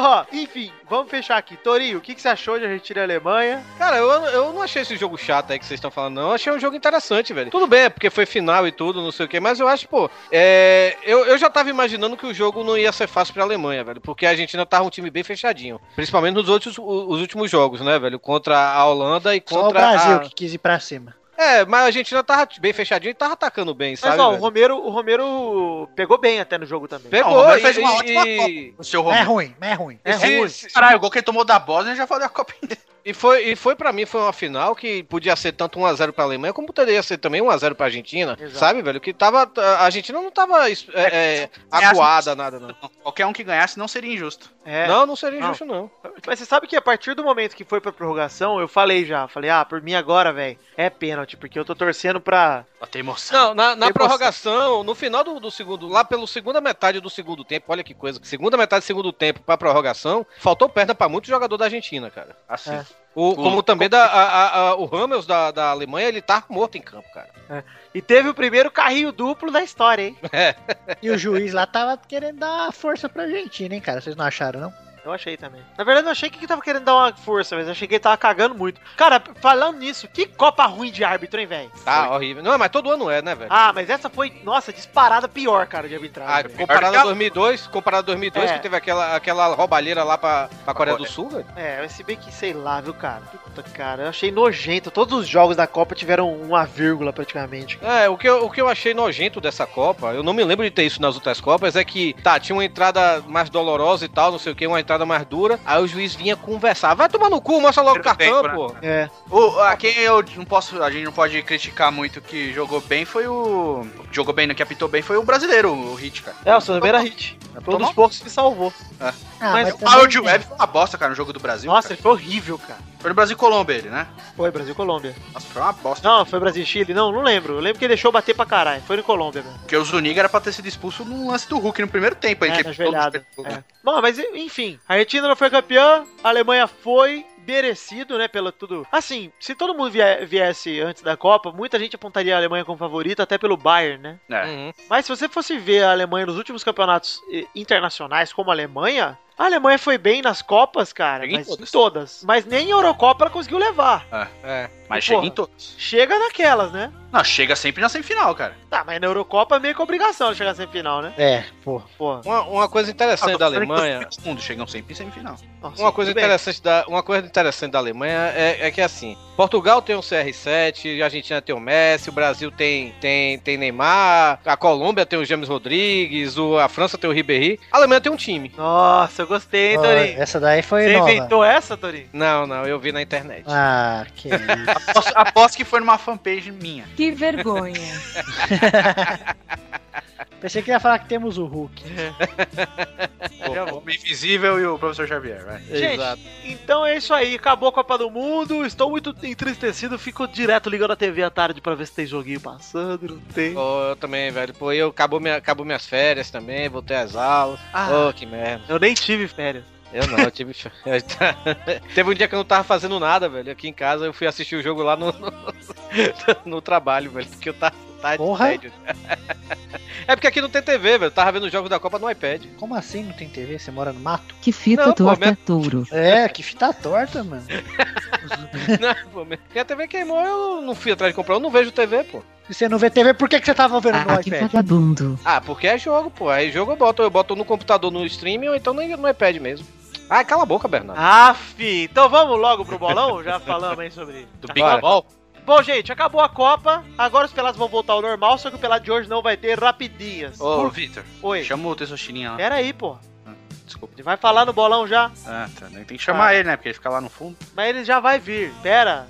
S4: Ó, enfim, vamos fechar aqui. Torinho, o que, que você achou de Argentina e Alemanha?
S6: Cara, eu, eu não achei esse jogo chato aí que vocês estão falando, não. Eu achei um jogo interessante, velho. Tudo bem, é porque foi final e tudo, não sei o quê, mas eu acho, pô, é, eu, eu já tava imaginando que o jogo não ia ser fácil pra Alemanha, velho, porque a Argentina tava um time bem fechadinho. Principalmente nos outros, os últimos jogos, né, velho? Contra a Holanda e
S8: Só o
S6: contra
S8: Brasil
S6: a...
S8: que quis ir pra cima.
S6: É, mas a Argentina tava bem fechadinho e tava atacando bem, sabe?
S4: Mas ó, o
S6: velho?
S4: Romero, o Romero pegou bem até no jogo também.
S6: Pegou,
S3: Não, o Romero
S6: e-
S3: fez uma ótima
S6: e,
S3: O seu
S8: Mas é
S3: Romero.
S8: ruim, mas é ruim.
S4: É
S6: se-
S4: ruim.
S6: se-
S3: Caralho, o gol que ele tomou da Bosnia já valeu a Copa inteira.
S6: E foi, e foi para mim, foi uma final que podia ser tanto 1x0 pra Alemanha, como poderia ser também 1x0 pra Argentina,
S4: Exato.
S6: sabe, velho? Que tava. A Argentina não tava es- é, é, acuada, nada, não.
S3: Qualquer um que ganhasse não seria injusto.
S4: É.
S6: Não, não seria
S4: Não.
S6: injusto, não.
S4: Mas você sabe que a partir do momento que foi pra prorrogação, eu falei já, falei, ah, por mim agora, velho, é pênalti, porque eu tô torcendo pra.
S3: Ó, tem emoção.
S6: Não, na, na
S4: Emoção.
S6: prorrogação, no final do, do segundo, lá pela segunda metade do segundo tempo, olha que coisa, segunda metade do segundo tempo pra prorrogação, faltou perna pra muito jogador da Argentina, cara. Assim.
S4: É.
S6: O, como também da, a- a- a- o Ramos da, da Alemanha, ele tá morto em campo, cara.
S4: E teve o primeiro carrinho duplo da história, hein?
S8: E o juiz lá tava querendo dar uma força pra Argentina, hein, cara? Vocês não acharam, não?
S4: Eu achei também. Na verdade, eu achei que ele tava querendo dar uma força, mas eu achei que ele tava cagando muito. Cara, falando nisso, que copa ruim de árbitro, hein, velho?
S6: Tá horrível. Não, mas todo ano é, né, velho?
S4: Ah, mas essa foi, nossa, disparada pior, cara, de
S6: Ah,
S4: arbitragem. velho.
S6: comparado
S3: que a-
S6: a 2002, comparado a 2002
S4: É.
S6: que teve aquela, aquela roubalheira lá pra, pra Coreia do
S3: Coreia.
S6: Sul, velho.
S4: É, mas se bem que sei lá, viu, cara? Puta, cara, eu achei nojento. Todos os jogos da Copa tiveram uma vírgula praticamente.
S6: É, o que, eu, o que eu achei nojento dessa Copa, eu não me lembro de ter isso nas outras Copas, é que, tá, tinha uma entrada mais dolorosa e tal, não sei o que, uma entrada mais dura, aí o juiz vinha conversar, vai tomar no cu, mostra logo o cartão,
S3: Primeiro tempo, né?"
S6: pô.
S4: É,
S3: O, a quem eu não posso, a gente não pode criticar muito que jogou bem foi o. Jogou bem, não, que apitou bem foi o brasileiro, o Hit, cara.
S4: é o seu primeiro hit. Foi um dos poucos que salvou.
S8: Ah,
S4: Mas
S3: Ah, o
S8: também-
S3: de Web foi uma bosta, cara, no jogo do Brasil.
S4: Nossa,
S3: cara.
S4: ele foi horrível, cara.
S3: Foi no Brasil e Colômbia ele, né?
S4: Foi Brasil-Colômbia.
S3: Nossa, foi uma bosta.
S4: Não, foi Brasil-Chile? Não, não lembro. Eu lembro que ele deixou bater pra caralho. Foi no Colômbia, mesmo.
S3: Porque o Zuniga era pra ter sido expulso num lance do Hulk no primeiro tempo. aí,
S4: É,
S3: que
S4: na
S3: todos-
S4: joelhada. É. Bom, mas enfim, a Argentina não foi campeã, a Alemanha foi merecido, né, pelo tudo. Assim, se todo mundo vie- viesse antes da Copa, muita gente apontaria a Alemanha como favorita, até pelo Bayern, né?
S3: É.
S6: Uhum.
S4: Mas se você fosse ver a Alemanha nos últimos campeonatos eh, internacionais como a Alemanha, a Alemanha foi bem nas Copas, cara,
S3: Em
S4: mas
S3: todas.
S4: todas. todas. Mas nem a Eurocopa ela conseguiu levar.
S6: É.
S3: Mas
S4: Porra.
S3: chega em todos.
S4: Chega naquelas, né?
S3: Não, chega sempre na semifinal, cara.
S4: Tá, mas na Eurocopa é meio que obrigação ela chegar na semifinal, né?
S8: É, pô.
S4: Pô,
S6: Uma, uma coisa
S4: Ah,
S6: interessante
S4: é
S6: da Alemanha.
S3: Todo mundo chegam sempre em semifinal.
S4: nossa,
S6: Uma coisa,
S4: tudo bem.
S6: interessante da, uma coisa interessante da Alemanha é, é que assim, Portugal tem um CR7, a Argentina tem o Messi, o Brasil tem, tem, tem Neymar, a Colômbia tem o James Rodrigues, o, a França tem o Ribéry, a Alemanha tem um time.
S4: Nossa, eu gostei, hein,
S8: Ó,
S4: Torinho.
S8: essa daí foi
S4: Você
S8: nova.
S4: inventou essa, Torinho?
S6: Não, não, eu vi na internet.
S8: Ah, que isso.
S3: Aposto, aposto que foi numa fanpage minha.
S5: Que vergonha.
S8: Pensei que ia falar que temos o Hulk.
S3: O Homem Invisível e o Professor Xavier, vai.
S4: Gente, então é isso aí. Acabou a Copa do Mundo. Estou muito entristecido. Fico direto ligando a TV à tarde pra ver se tem joguinho passando. Não tem.
S6: Pô, eu também, velho. Pô, eu acabou, minha, acabou minhas férias também, voltei às aulas.
S4: Ah.
S6: Ô, que merda.
S4: Eu nem tive férias.
S6: Eu não, eu tive. Teve um dia que eu não tava fazendo nada, velho. Aqui em casa eu fui assistir o jogo lá no, no, no trabalho, velho. Porque eu tava. tava de
S8: Porra.
S6: tédio. É porque aqui não tem TV, velho. Eu tava vendo os jogos da Copa no iPad.
S8: Como assim não tem TV? Você mora no mato?
S5: Que fita
S6: Não, pô,
S5: torta,
S6: minha-
S5: touro.
S8: É, que fita torta, mano.
S6: Não, pô, minha TV queimou, eu não fui atrás de comprar, eu não vejo TV, pô.
S8: Se você não vê TV, por que, que você tava vendo no
S6: é
S5: Ah, que
S8: iPad?
S5: vagabundo.
S6: Ah, porque é jogo, pô. Aí jogo eu boto, eu boto no computador no streaming ou então no, no iPad mesmo. Ah, cala a boca, Bernardo.
S4: Aff, então vamos logo pro bolão? Já falamos aí sobre.
S3: Do
S6: Ah,
S4: Já
S3: Big
S4: falamos.
S3: Ball.
S4: Bom, gente, acabou a Copa. Agora os pelados vão voltar ao normal, só que o pelado de hoje não vai ter rapidinhas.
S3: Ô, Vitor,
S4: Oi.
S3: chama o Tessochininha lá.
S4: Pera aí, pô.
S3: Desculpa.
S4: Ele vai falar no bolão já.
S3: Ah, tá. Tem que chamar
S4: Ah.
S3: ele, né? Porque ele fica lá no fundo.
S4: Mas ele já vai vir. Pera.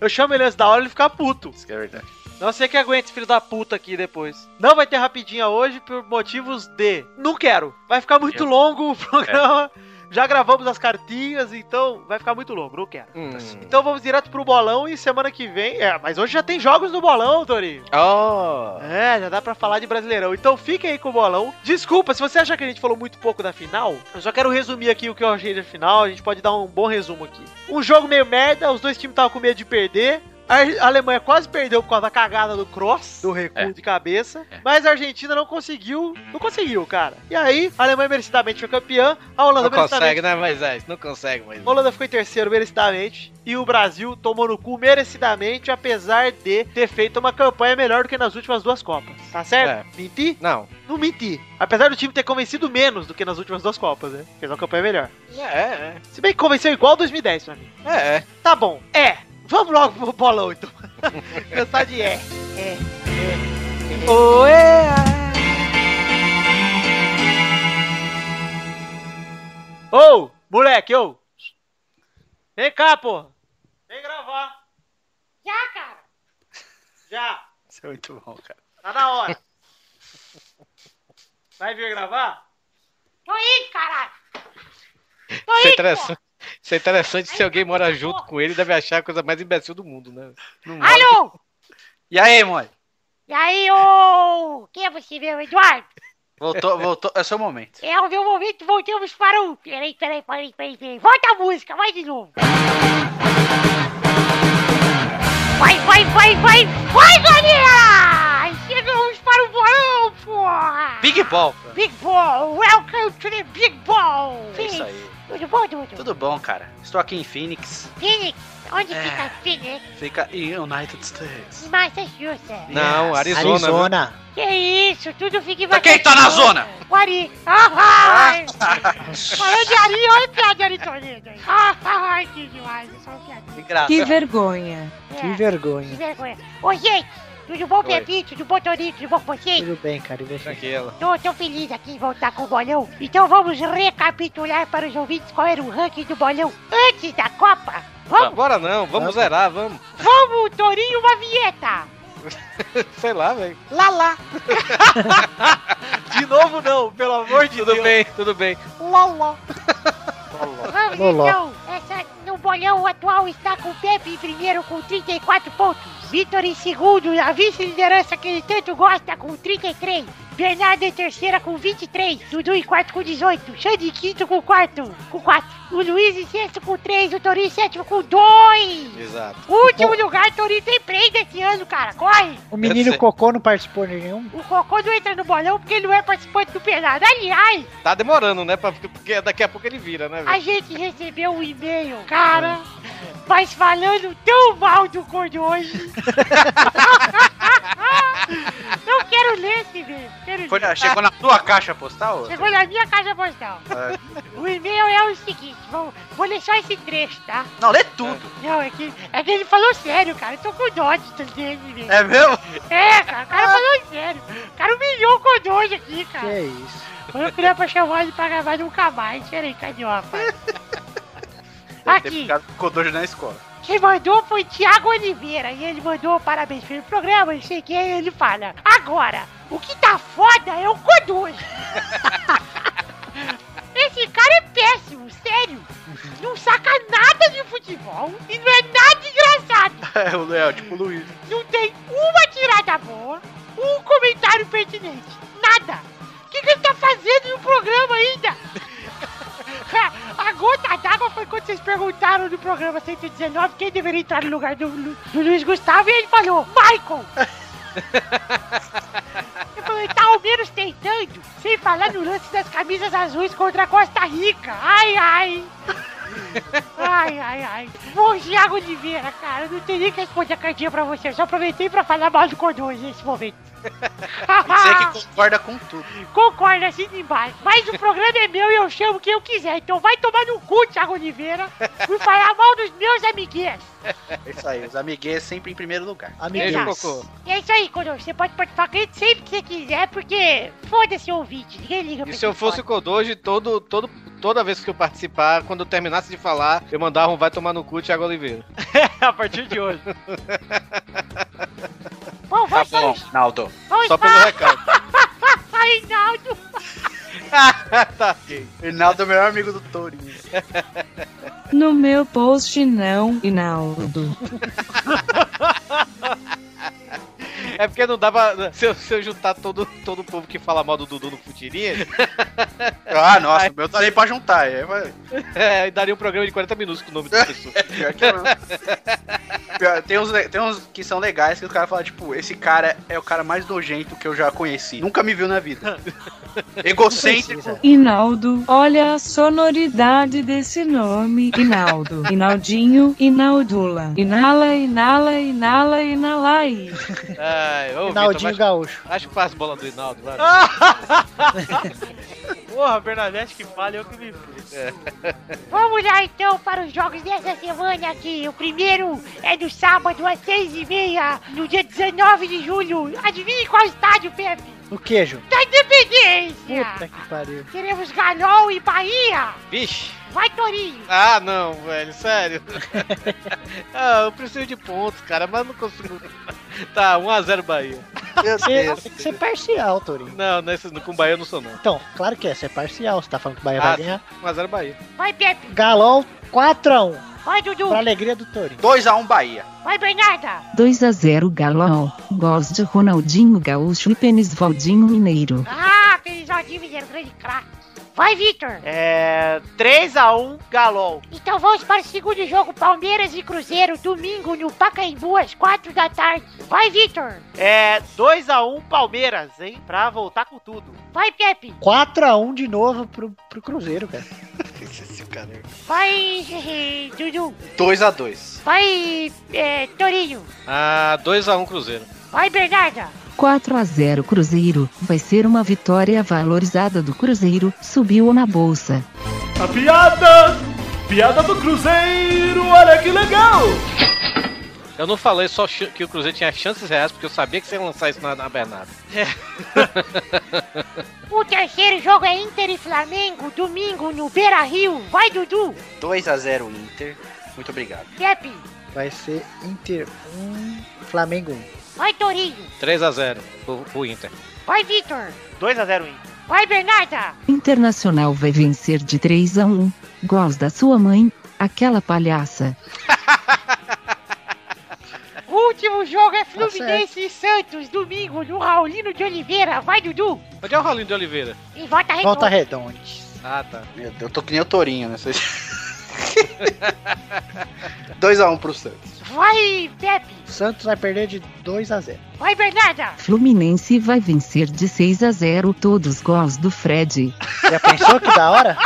S4: Eu chamo ele antes da hora ele ficar puto.
S3: Isso que é verdade.
S4: Não sei que aguente, esse filho da puta aqui depois. Não vai ter rapidinha hoje por motivos de. Não quero. Vai ficar muito
S3: Eu-
S4: longo o programa. Já gravamos as cartinhas, então vai ficar muito longo, não quero.
S6: Hum.
S4: Então vamos direto pro bolão e semana que vem. É, mas hoje já tem jogos no bolão, Torinho.
S6: Oh.
S4: É, já dá pra falar de Brasileirão. Então fiquem aí com o bolão. Desculpa, se você achar que a gente falou muito pouco da final, eu só quero resumir aqui o que eu achei da final. A gente pode dar um bom resumo aqui. Um jogo meio merda, os dois times estavam com medo de perder. A Alemanha quase perdeu por causa da cagada do Cross, do recuo
S6: É.
S4: de cabeça. Mas a Argentina não conseguiu. Não conseguiu, cara. E aí, a Alemanha merecidamente foi campeã. A Holanda
S6: Não
S4: merecidamente.
S6: consegue, né, Moisés? Não consegue, Moisés.
S4: A Holanda ficou em terceiro, merecidamente. E o Brasil tomou no cu merecidamente, apesar de ter feito uma campanha melhor do que nas últimas duas Copas. Tá certo?
S6: É.
S4: Menti?
S6: Não.
S4: Não menti. Apesar do time ter convencido menos do que nas últimas duas Copas, né? Fez uma campanha melhor.
S6: É,
S4: Se bem que convenceu igual 2010 pra mim.
S6: é. É, é.
S4: Tá bom, é. Vamos logo pro bolão então. Cansar de é. É. É. Oê! ah. Ô, moleque, ô. Vem cá, porra. Vem gravar. Já, cara. Já.
S3: Isso é muito bom, cara.
S4: Tá na hora. Vai vir gravar?
S9: Tô indo, caralho! Tô
S6: Isso é
S9: indo,
S6: interessante. Isso é interessante se alguém mora junto com ele, deve achar a coisa mais imbecil do mundo, né?
S9: pô. Alô!
S3: E aí, mãe?
S9: E aí, ô... Quem é você mesmo, Eduardo?
S3: Voltou, voltou. É seu momento.
S9: É o meu momento, voltamos para o... Peraí, peraí, peraí, peraí, peraí. Volta a música, vai de novo. Vai, vai, vai, vai, vai, galera! Chegamos para o bolão, porra!
S3: Big Ball, cara.
S9: Big Ball, welcome to the Big Ball!
S3: É isso aí.
S9: Tudo bom, Dudu?
S3: Tudo bom, cara. Estou aqui em Phoenix.
S9: Phoenix, onde
S3: É.
S9: fica Phoenix?
S3: Fica em United States.
S9: Em Massachusetts.
S6: Não, Arizona. né?
S8: Arizona.
S6: viu?
S9: Que É isso, tudo fica em
S3: Pra quem tá na zona?
S9: O Ari. Ah, ai. Falou de Ari, olha o piada de Ari Toledo. aí. Ah, ai, que demais, é só um piadinho.
S6: Ah, tá.
S5: Que vergonha.
S8: Que
S9: É, que
S8: vergonha.
S9: vergonha. Ô, gente, tudo bom, Pepinho? Tudo bom, Toninho? Tudo bom com vocês?
S8: Tudo bem, cara. e você?
S6: Tranquila.
S9: Tô, tô feliz aqui em voltar com o bolão. Então vamos recapitular para os ouvintes qual era o ranking do bolão antes da Copa. Vamos,
S6: Bora não, vamos zerar, vamos.
S9: vamos, Torinho, uma vinheta.
S6: Sei lá, velho.
S9: Lá, lá,
S4: De novo não, pelo amor de
S6: Tudo
S4: Deus.
S6: bem, um- tudo bem.
S9: Loló. Vamos
S8: Loló.
S9: então. Essa, no bolão atual está com o Pepe em primeiro com 34 pontos. Vitor em segundo, a vice-liderança que ele tanto gosta com 33. Bernardo em terceira com 23. Dudu em quarto com 18. Xande em quinto com quarto, com 4. O Luiz em sexto com 3. O Torinho em sétimo com 2.
S6: Exato.
S9: Último lugar, Torinho tem prêmio esse ano, cara. Corre!
S8: O
S6: Deve
S8: menino
S6: ser.
S8: Cocô não participou de nenhum.
S9: O Cocô não entra no bolão porque ele não é participante do pelado. Aliás,
S6: Tá demorando, né? pra- Porque daqui a pouco ele vira, né,
S9: A
S6: velho?
S9: gente recebeu um e-mail, cara, mas falando tão mal do Gordo hoje. ah, Não quero ler esse e-mail. Quero ler.
S3: Foi na- chegou na tua caixa postal?
S9: Chegou na minha caixa postal. O e-mail é o seguinte, vou, vou ler só esse trecho, tá?
S3: Não, lê tudo.
S9: Não, é que, é que ele falou sério, cara. Eu tô com dó de ler esse e-mail.
S3: É mesmo?
S9: É, cara, o cara falou sério. O cara humilhou o Gordo hoje aqui,
S8: Que
S9: cara.
S8: é isso.
S9: Eu queria pra chamar ele pra gravar nunca mais. Peraí, cadê o rapaz?
S3: Deve ter
S9: Aqui.
S3: ficado com Kodojo na escola.
S9: Quem mandou foi Tiago Oliveira e ele mandou parabéns pelo programa. Eu cheguei e ele fala: Agora, o que tá foda é o Kodoji. Esse cara é péssimo, sério. Não saca nada de futebol e não é nada engraçado.
S3: É, o Léo, tipo o Luiz.
S9: Não tem uma tirada boa, um comentário pertinente, nada. O que, que ele tá fazendo no programa ainda? A gota d'água foi quando vocês perguntaram no programa 119 quem deveria entrar no lugar do, Lu- do Luiz Gustavo e ele falou, Michael! Eu falei, tá ao menos tentando, sem falar no lance das camisas azuis contra a Costa Rica. Ai, ai. Ai, ai, ai. Bom, Thiago Oliveira, cara, eu não tem nem que responder a cartinha pra você. Eu só aproveitei pra falar mal do Cordões nesse momento.
S3: Você que concorda com tudo.
S9: Concordo, assina embaixo. assim, Mas o programa é meu e eu chamo quem eu quiser. Então vai tomar no cu, Thiago Oliveira, por falar mal dos meus amiguinhos.
S3: É isso aí, os amiguinhos sempre em primeiro lugar.
S6: Beijo,
S8: Amiguinhos.
S6: Cocô.
S9: E é isso aí, Cordões. Você pode participar com ele sempre que você quiser, porque foda-se o ouvinte. Ninguém liga pra
S6: E
S9: esse
S6: se eu fosse o Kodoji, todo, todo, toda vez que eu participar, quando eu terminasse de falar, eu mandava um vai tomar no cu, Thiago Oliveira.
S4: A partir de hoje.
S9: podcast. Bom,
S3: Tá
S9: vamos
S3: bom,
S9: para
S3: Naldo.
S9: Vamos
S6: Só pelo
S9: para...
S6: recado.
S9: Reinaldo.
S6: tá ok.
S3: Naldo é o melhor amigo do Tourinho.
S5: No meu post não, Inaldo.
S6: É porque não dava. Se eu, se eu juntar todo, todo o povo que fala mal do Dudu no Futirinha,
S3: Ah, nossa, o meu tá nem pra juntar. É, mas-
S6: é, daria um programa de 40 minutos com o nome das pessoas.
S3: pior que eu não. Pior, Tem uns, le- tem uns que são legais que os caras falam, tipo, esse cara é o cara mais nojento que eu já conheci. Nunca me viu na vida. Egocêntrico.
S8: precisa.
S5: Inaldo, olha a sonoridade desse nome. Inaldo, Inaldinho, Inaldula. Inala, inala, inala, inalai.
S6: Ai, ô, Vitor,
S8: Naldinho
S6: acho,
S8: Gaúcho.
S6: acho que faz bola do Inaldo, vai.
S4: Porra, Bernadette que fala, eu que me.
S9: Vamos lá então para os jogos dessa semana aqui. O primeiro é no sábado às seis e meia, no dia 19 de julho. Adivinhe qual estádio, Pepe?
S8: O queijo.
S9: Da
S8: Puta
S9: Independência!
S8: que pariu.
S9: Teremos Galol e Bahia!
S6: Vixe.
S9: Vai, Torinho!
S6: Ah, não, velho, sério. ah, eu preciso de pontos, cara, mas não consigo. Tá, 1x0 Bahia.
S8: Você tem que ser parcial, Torinho.
S6: Não, nesse, com Bahia eu não sou, não.
S8: Então, claro que é, você é parcial. Você tá falando que o Bahia
S6: Ah,
S8: vai ganhar.
S6: 1x0 Bahia.
S9: Vai, Pepe!
S8: Galol 4x1.
S9: Vai, Dudu!
S8: Pra alegria do Torinho.
S3: 2x1 Bahia.
S9: Vai, Bernarda!
S5: 2 a 0 Galol. Gols de Ronaldinho Gaúcho e Penisvaldinho Mineiro.
S9: Ah, Felizaldinho Mineiro, grande craque! Vai, Vitor!
S4: É. 3x1 Galol.
S9: Então vamos para o segundo jogo, Palmeiras e Cruzeiro, domingo no Pacaembu, às quatro da tarde. Vai, Vitor!
S4: É. 2x1 Palmeiras, hein? Pra voltar com tudo.
S9: Vai, Pepe!
S8: 4x1 de novo pro, pro Cruzeiro, cara.
S9: Vai, Dudu!
S3: 2x2.
S9: Vai, é, Torinho!
S6: Ah, 2x1 Cruzeiro.
S9: Vai, Bernarda!
S5: 4 a 0 Cruzeiro. Vai ser uma vitória valorizada do Cruzeiro. Subiu na bolsa.
S7: A piada! Piada do Cruzeiro, olha que legal!
S6: Eu não falei só ch- que o Cruzeiro tinha chances reais, porque eu sabia que você ia lançar isso na, na Bernardo.
S9: O terceiro jogo é Inter e Flamengo, domingo no Beira Rio. Vai, Dudu!
S3: 2x0 Inter. Muito obrigado.
S9: Pepe!
S8: Vai ser Inter 1, Flamengo 1.
S9: Vai, Torinho!
S6: 3x0 pro, pro Inter.
S9: Vai, Vitor!
S4: 2x0 Inter.
S9: Vai, Bernarda!
S5: Internacional vai vencer de 3 a 1. Gols da sua mãe, aquela palhaça.
S9: O último jogo é Fluminense e Santos, domingo no Raulino de Oliveira. Vai, Dudu!
S6: Onde é o Rolinho de Oliveira?
S9: E volta redonda.
S8: Volta Redondes.
S6: Ah, tá.
S3: Meu Deus, eu tô que nem o Torinho né? nessa. 2x1 pro Santos.
S9: Vai, Pepe!
S8: Santos vai perder de 2x0.
S9: Vai, Bernarda!
S5: Fluminense vai vencer de 6 a 0. Todos gols do Fred.
S8: Já pensou que da hora?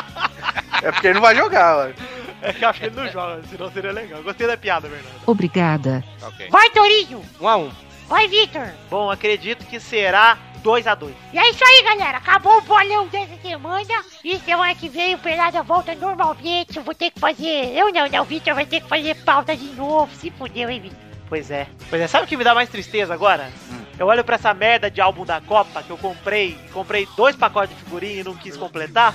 S3: É porque ele não vai jogar, mano.
S4: É que eu acho que ele não joga, senão seria legal. Gostei da piada, Bernardo.
S5: Obrigada.
S6: Ok.
S9: Vai, Torinho!
S6: 1x1.
S9: Vai, Vitor!
S4: Bom, acredito que será 2x2.
S9: E é isso aí, galera. Acabou o bolão dessa semana. E semana que vem o Pelada volta normalmente. Eu vou ter que fazer... Eu não, não. O Vitor vai ter que fazer pauta de novo. Se fudeu, hein, Vitor?
S4: Pois é. Pois é, sabe o que me dá mais tristeza agora?
S3: Hum.
S4: Eu olho pra essa merda de álbum da Copa que eu comprei, comprei dois pacotes de figurinha e não quis completar.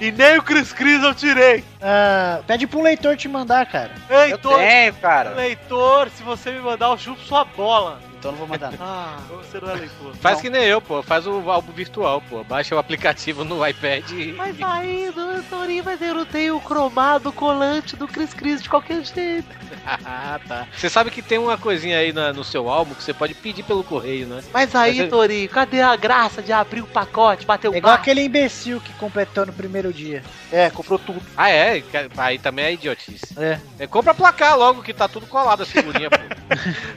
S4: e nem o Cris Cris eu tirei.
S8: Ah, pede pro leitor te mandar, cara.
S3: Eu
S4: Leitor,
S3: tenho, É, cara.
S4: leitor, se você me mandar, eu chupo sua bola.
S3: Então não vou mandar não.
S4: Ah, você não é leitor.
S6: Faz que nem eu, pô. Faz o álbum virtual, pô. Baixa o aplicativo no iPad e.
S4: Mas aí, não, Torinho, mas eu não tenho o cromado colante do Cris Cris de qualquer jeito.
S6: ah, tá. Você sabe que tem uma coisinha aí na- no seu álbum que você pode pedir pelo correio, né?
S4: Mas aí,
S6: Mas eu-
S4: Torinho, cadê a graça de abrir o pacote, bater o
S8: É igual
S4: barco?
S8: aquele imbecil que completou no primeiro dia.
S4: É, comprou tudo.
S6: Ah, é? Ca- Aí também é idiotice.
S8: É.
S6: É, compra a placar logo que tá tudo colado a figurinha, pô.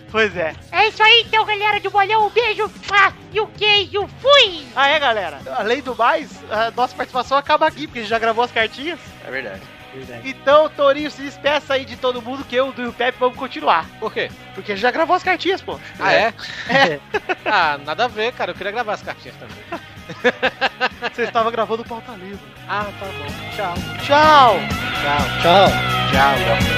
S4: Pois é.
S9: É isso aí, então, galera do bolão. Um beijo ah, e um queijo. Fui!
S4: Ah, é, galera? Além do mais, a nossa participação acaba aqui, porque a gente já gravou as cartinhas.
S3: É verdade.
S4: Então, Torinho, se despeça aí de todo mundo que eu e o Pepe vamos continuar.
S6: Por quê?
S4: Porque a gente já gravou as cartinhas, pô.
S6: Ah, é? ah, nada a ver, cara. Eu queria gravar as cartinhas também.
S4: Você estava gravando o Pauta Livre.
S6: Ah, tá bom. Tchau.
S4: Tchau!
S8: Tchau.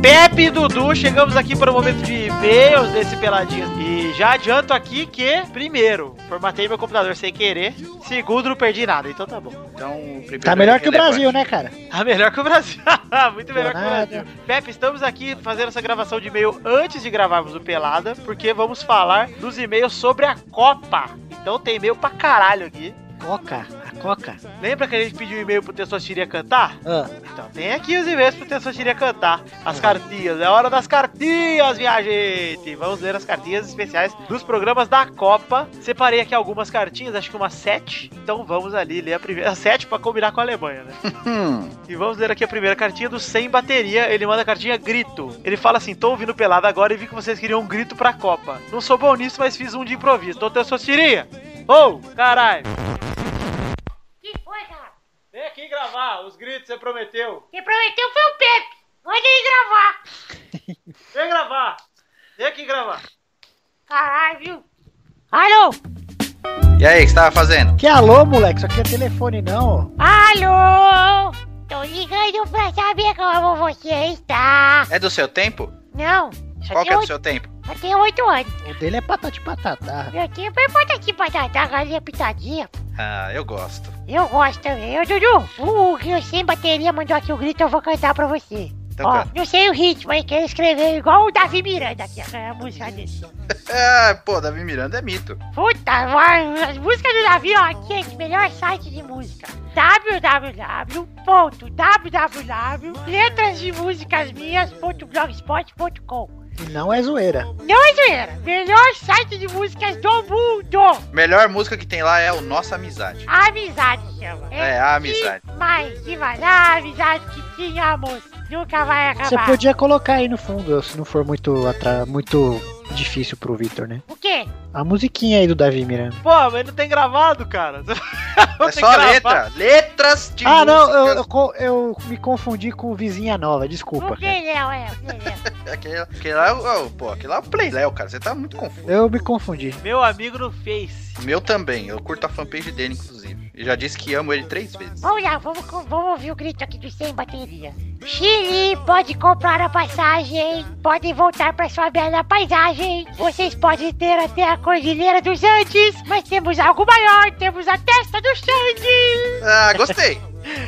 S4: Pepe e Dudu, chegamos aqui para o momento de e-mails desse peladinho. E já adianto aqui que, primeiro, formatei meu computador sem querer. Segundo, não perdi nada, então tá bom.
S3: Então, o primeiro
S8: Tá melhor que o
S3: relevante.
S8: Brasil, né, cara?
S4: Tá melhor que o Brasil. Muito melhor que o
S8: Nada.
S4: Brasil. Pepe, estamos aqui fazendo essa gravação de e-mail antes de gravarmos o Pelada, porque vamos falar dos e-mails sobre a Copa. Então tem e-mail pra caralho aqui.
S8: Coca.
S10: A Coca?
S4: Lembra que a gente pediu um e-mail pro Tessotiria cantar?
S10: Ah,
S4: Então tem aqui os e-mails pro Tessotiria cantar. As cartinhas, é hora das cartinhas, minha gente! Vamos ler as cartinhas especiais dos programas da Copa. Separei aqui algumas cartinhas, acho que umas sete. Então vamos ali ler a primeira. As Sete pra combinar com a Alemanha, né? E vamos ler aqui a primeira cartinha do Sem Bateria. Ele manda a cartinha Grito. Ele fala assim: tô ouvindo pelada agora e vi que vocês queriam um grito pra Copa. Não sou bom nisso, mas fiz um de improviso. Tô Tessotiria! Ô, caralho!
S9: Que foi, cara?
S4: Vem aqui gravar os gritos, você prometeu.
S9: Quem prometeu foi o Pepe. Manda ele gravar.
S4: Vem gravar! Vem aqui gravar!
S9: Caralho, viu? Alô?
S8: né?
S3: E aí, o que você tava fazendo?
S8: Que alô, moleque, isso aqui é telefone não,
S9: Alô? Tô ligando pra saber como você está.
S3: É do seu tempo?
S9: Não, só
S3: Qual que é
S9: tenho
S3: do
S9: oito-
S3: seu tempo?
S9: só tenho oito anos.
S8: ó. O dele é patati patatá.
S9: Meu tempo é patati patata, galinha pitadinha.
S3: Ah, eu gosto.
S9: Eu gosto também. Ô, Dudu, o Rio Sem Bateria mandou aqui o grito, eu vou cantar pra você.
S3: Então
S9: Ó,
S3: canta.
S9: não sei o ritmo, hein, que ele escreveu igual o Davi Miranda, que é a música dele.
S3: Ah, pô, Davi Miranda é mito.
S9: Puta, vai, as músicas do Davi, ó, aqui é o melhor site de música. www.www.letrasdemusicasminhas.blogspot.com
S8: E não é zoeira.
S9: Não é zoeira, melhor site de músicas do mundo.
S3: Melhor música que tem lá é o Nossa Amizade.
S9: A amizade chama.
S3: É, a amizade.
S9: Mas devagar, a amizade que tínhamos nunca vai
S8: Você
S9: acabar.
S8: podia colocar aí no fundo, se não for muito, atra... muito difícil pro Victor, né?
S9: O quê?
S8: A musiquinha aí do Davi Miranda.
S4: Pô, mas não tem gravado, cara.
S3: É só letra. Letras de
S8: Ah, não, eu,
S3: músicas.
S8: eu co- eu me confundi com Vizinha Nova,
S9: O
S8: desculpa. cara.
S9: Guilherme, é, o Guilherme.
S3: Aquele, aquele lá, é o- oh, pô, aquele lá é o Play Léo, cara. Você tá muito confuso.
S8: Eu me confundi.
S4: Meu amigo no Face.
S3: O Meu também. Eu curto a fanpage dele, inclusive. E já disse que amo ele três vezes.
S9: Vamos lá, vamos, co- vamos ouvir o grito aqui do Sem Bateria. Chile, pode comprar a passagem, pode voltar para sua bela paisagem. Vocês podem ter até a Cordilheira dos Andes, mas temos algo maior, temos a testa do Xande.
S3: Ah, gostei.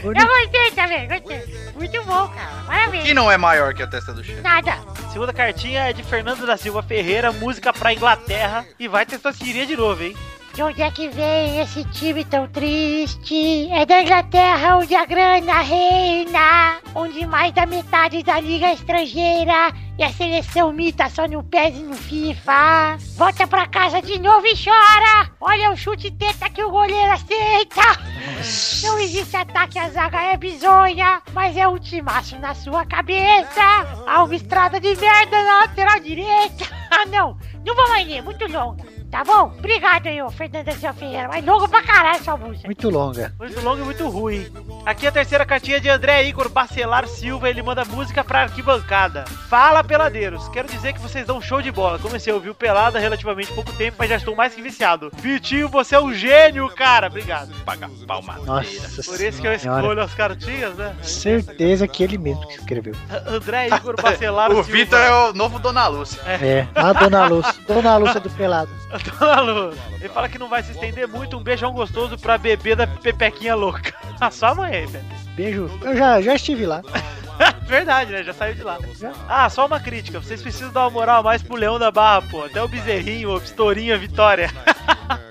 S9: Eu gostei também, gostei. Muito bom, cara,
S3: Que
S9: parabéns.
S3: não é maior que a testa do chefe.
S9: Nada.
S4: Segunda cartinha é de Fernando da Silva Ferreira, música pra Inglaterra. E vai ter Testosterinha de novo, hein?
S9: De onde é que vem esse time tão triste? É da Inglaterra onde a grana reina, onde mais da metade da liga é estrangeira e a seleção mita só no PES e no FIFA. Volta pra casa de novo e chora! Olha o chute teta que o goleiro aceita! Não existe ataque, a zaga é bizonha, mas é um timaço na sua cabeça! Há uma estrada de merda na lateral direita! Ah, não! Não vou mais ler, muito longa! Tá bom? Obrigado aí, ô Fernanda Silva Ferreira, mas longo pra caralho essa música!
S8: Muito longa.
S4: Muito longo e muito ruim. Aqui a terceira cartinha é de André Igor Bacelar Silva. Ele manda música pra arquibancada. Fala, peladeiros. Quero dizer que vocês dão show de bola. Comecei a ouvir o Pelada há relativamente pouco tempo, mas já estou mais que viciado. Vitinho, você é um gênio, cara. Obrigado.
S3: Paga palma.
S8: Nossa
S4: Por isso que eu
S8: Senhora.
S4: escolho as cartinhas, né?
S8: Certeza que ele mesmo que escreveu.
S4: André Igor Bacelar
S3: O Vitor é o novo Dona Lúcia.
S8: É. Ah, Dona Lúcia. Dona Lúcia do Pelado.
S4: Dona Lu, Tá ele fala que não vai se estender muito. Um beijão gostoso pra bebê da Pepequinha Louca. A sua mãe, velho.
S8: Beijo. Eu já, já estive lá.
S4: Verdade, né? Já saiu de lá.
S8: Já.
S4: Ah, só uma crítica. Vocês precisam dar uma moral a mais pro Leão da Barra, pô. Até o Bezerrinho, o Pistorinho, a Vitória.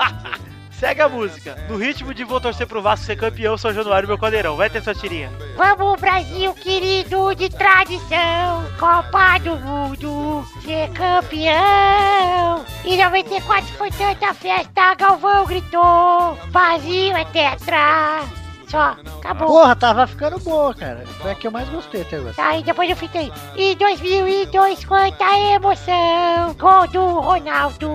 S4: Segue a música. No ritmo de vou torcer pro Vasco ser campeão, São Januário, meu caldeirão. Vai ter sua tirinha.
S9: Vamos, Brasil querido de tradição, Copa do Mundo, ser campeão! Em 94 foi tanta festa, Galvão gritou, Brasil é tetra! Só, acabou!
S8: Porra, tava ficando boa, cara. Foi a que eu mais gostei até agora.
S9: Tá, e depois eu fiquei. E 2002, quanta emoção! Gol do Ronaldo!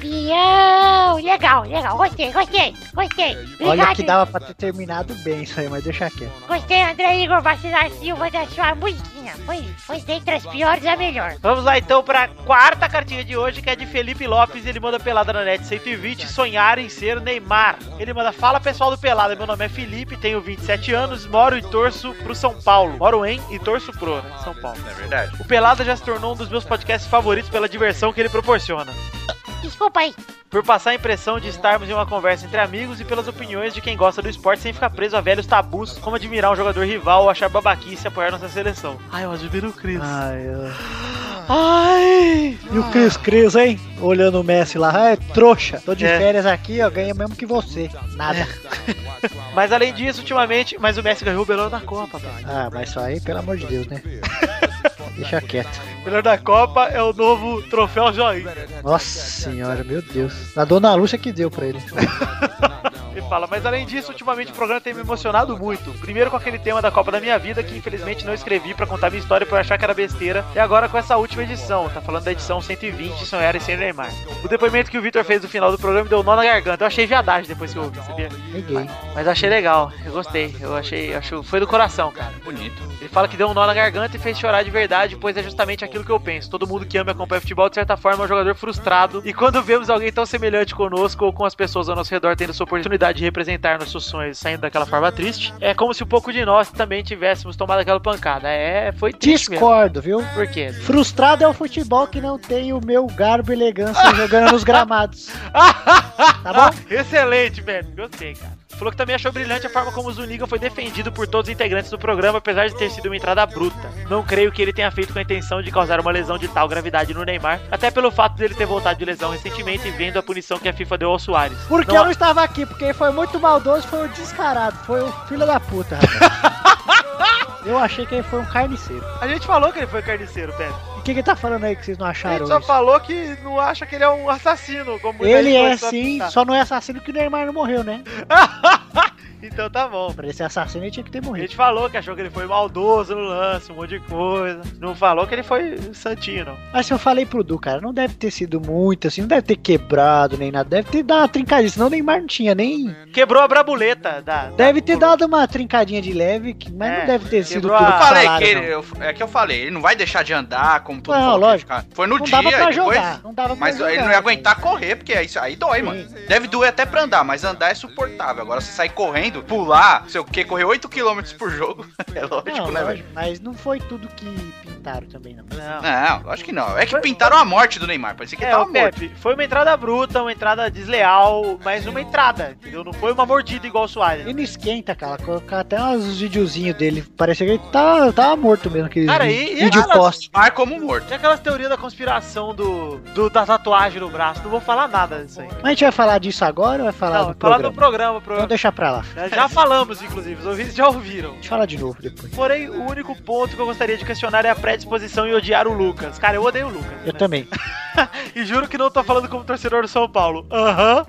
S9: Pentacampeão! Legal, legal, gostei, gostei, gostei!
S8: Olha
S9: Obrigado,
S8: que dava pra ter terminado bem isso aí, mas deixa quieto.
S9: gostei, André Igor Vacilar Silva, da sua musiquinha. Foi, foi dentre as piores a melhor.
S4: Vamos lá então pra quarta cartinha de hoje, que é de Felipe Lopes. Ele manda pelada na net 120, sonhar em ser Neymar. Ele manda: Fala pessoal do Pelada, meu nome é Felipe, tenho 27 anos, moro e torço pro São Paulo. Moro em e torço pro, né? São Paulo.
S3: É verdade.
S4: O Pelada já se tornou um dos meus podcasts favoritos pela diversão que ele proporciona.
S9: Desculpa aí,
S4: Por passar a impressão de estarmos em uma conversa entre amigos e pelas opiniões de quem gosta do esporte sem ficar preso a velhos tabus, como admirar um jogador rival ou achar babaquice e apoiar nossa seleção. Ai, eu admiro o Cris.
S8: Ai, eu...
S4: Ai!
S8: E o Cris Cris, hein? Olhando o Messi lá, é trouxa. Tô de
S4: É.
S8: férias aqui, ó, ganha mesmo que você. Nada.
S4: Mas além disso, ultimamente, mas o Messi ganhou o melhor da Copa, velho.
S8: Ah, mas isso aí, pelo amor de Deus, né? Deixa quieto.
S4: Melhor da Copa é o novo troféu joinha.
S8: Nossa senhora, meu Deus. A dona Lúcia que deu pra ele.
S4: É Ele fala, mas além disso, ultimamente o programa tem me emocionado muito. Primeiro com aquele tema da Copa da Minha Vida, que infelizmente não escrevi pra contar minha história por achar que era besteira. E agora com essa última edição, tá falando da edição 120, Sonhar e Sem Neymar. O depoimento que o Victor fez no final do programa deu nó na garganta. Eu achei viadagem depois que eu ouvi, sabia?
S8: Ninguém.
S4: Mas eu achei legal, eu gostei. Eu achei, acho, foi do coração, cara.
S3: Bonito.
S4: Ele fala que deu um nó na garganta e fez chorar de verdade, pois é justamente aquilo que eu penso. Todo mundo que ama e acompanha futebol, de certa forma, é um jogador frustrado. E quando vemos alguém tão semelhante conosco ou com as pessoas ao nosso redor tendo sua oportunidade de representar nossos sonhos saindo daquela forma triste, é como se um pouco de nós também tivéssemos tomado aquela pancada. É, foi triste mesmo.
S8: Discordo, viu?
S4: Por quê?
S8: Frustrado é o futebol que não tem o meu garbo e elegância jogando nos gramados.
S4: Tá bom? Excelente, velho. Gostei, cara. Falou que também achou brilhante a forma como o Zuniga foi defendido por todos os integrantes do programa, apesar de ter sido uma entrada bruta. Não creio que ele tenha feito com a intenção de causar uma lesão de tal gravidade no Neymar, até pelo fato dele ter voltado de lesão recentemente e vendo a punição que a FIFA deu ao Soares.
S8: Porque
S4: Não-
S8: eu não estava aqui, porque foi muito maldoso, foi um descarado, foi um filho da puta, rapaz. Eu achei que ele foi um carniceiro.
S4: A gente falou que ele foi carniceiro, Pedro.
S8: E o que que tá falando aí que vocês não
S4: A
S8: acharam
S4: gente É só
S8: isso?
S4: falou que não acha que ele é um assassino, como muita
S8: Ele
S4: gente
S8: é
S4: começou a
S8: sim,
S4: pensar.
S8: só não é assassino que o Neymar não morreu, né?
S4: Então tá bom.
S8: Pra ele ser assassino ele tinha que ter
S4: A
S8: morrido.
S4: gente falou que achou que ele foi maldoso no lance, um monte de coisa. Não falou que ele foi santinho, não.
S8: Mas se eu falei pro Du, cara, não deve ter sido muito assim, não deve ter quebrado nem nada, deve ter dado uma trincadinha, senão o Neymar não tinha nem.
S4: Quebrou a brabuleta da.
S8: Deve ter dado uma trincadinha de leve, que- mas
S4: É,
S8: não deve ter sido
S4: quebrou
S8: tudo
S4: a-
S8: que
S3: Eu falei
S8: falaram,
S3: que
S8: Ah, não.
S3: ele, eu, é que eu falei, ele não vai deixar de andar como tudo
S8: Não,
S3: falou que
S8: lógico.
S3: ele fica- Foi no
S8: Não
S3: dia
S8: dava pra
S3: e depois.
S8: jogar, não dava pra
S3: Mas
S8: jogar.
S3: ele não ia aguentar correr, porque é isso aí dói, mano. Deve doer até pra andar, mas andar é suportável. Agora você sair correndo, pular, não sei o que, correr 8km por jogo, é lógico,
S8: Não,
S3: né, velho?
S8: lógico, mas não foi tudo que pintaram também, não.
S4: Não.
S3: Não, lógico que não. É que pintaram a morte do Neymar, parecia que ele
S4: É,
S3: tava
S4: o
S3: morto.
S4: Pepe, foi uma entrada bruta, uma entrada desleal, mas uma entrada, entendeu? Não foi uma mordida igual o
S8: E
S4: Soares.
S8: não esquenta, cara. Colocar até uns videozinhos dele. Parecia que ele tá, tá morto mesmo. Aquele
S4: Cara, e- e
S8: vídeo
S4: aquelas-
S8: post.
S3: Neymar como morto.
S4: E aquelas teorias da conspiração do, do- da tatuagem no braço? Não vou falar nada disso aí.
S8: Mas a gente vai falar disso agora ou vai falar
S4: Não,
S8: do
S4: vou falar
S8: programa?
S4: do programa,
S8: Então
S4: programa.
S8: deixa pra lá. A
S4: Já falamos, inclusive, os ouvintes já ouviram.
S8: gente fala de novo depois.
S4: Porém, o único ponto que eu gostaria de questionar é a predisposição em odiar o Lucas. Cara, eu odeio o Lucas.
S8: Eu
S4: né?
S8: também.
S4: E juro que não tô falando como torcedor do São Paulo. Aham.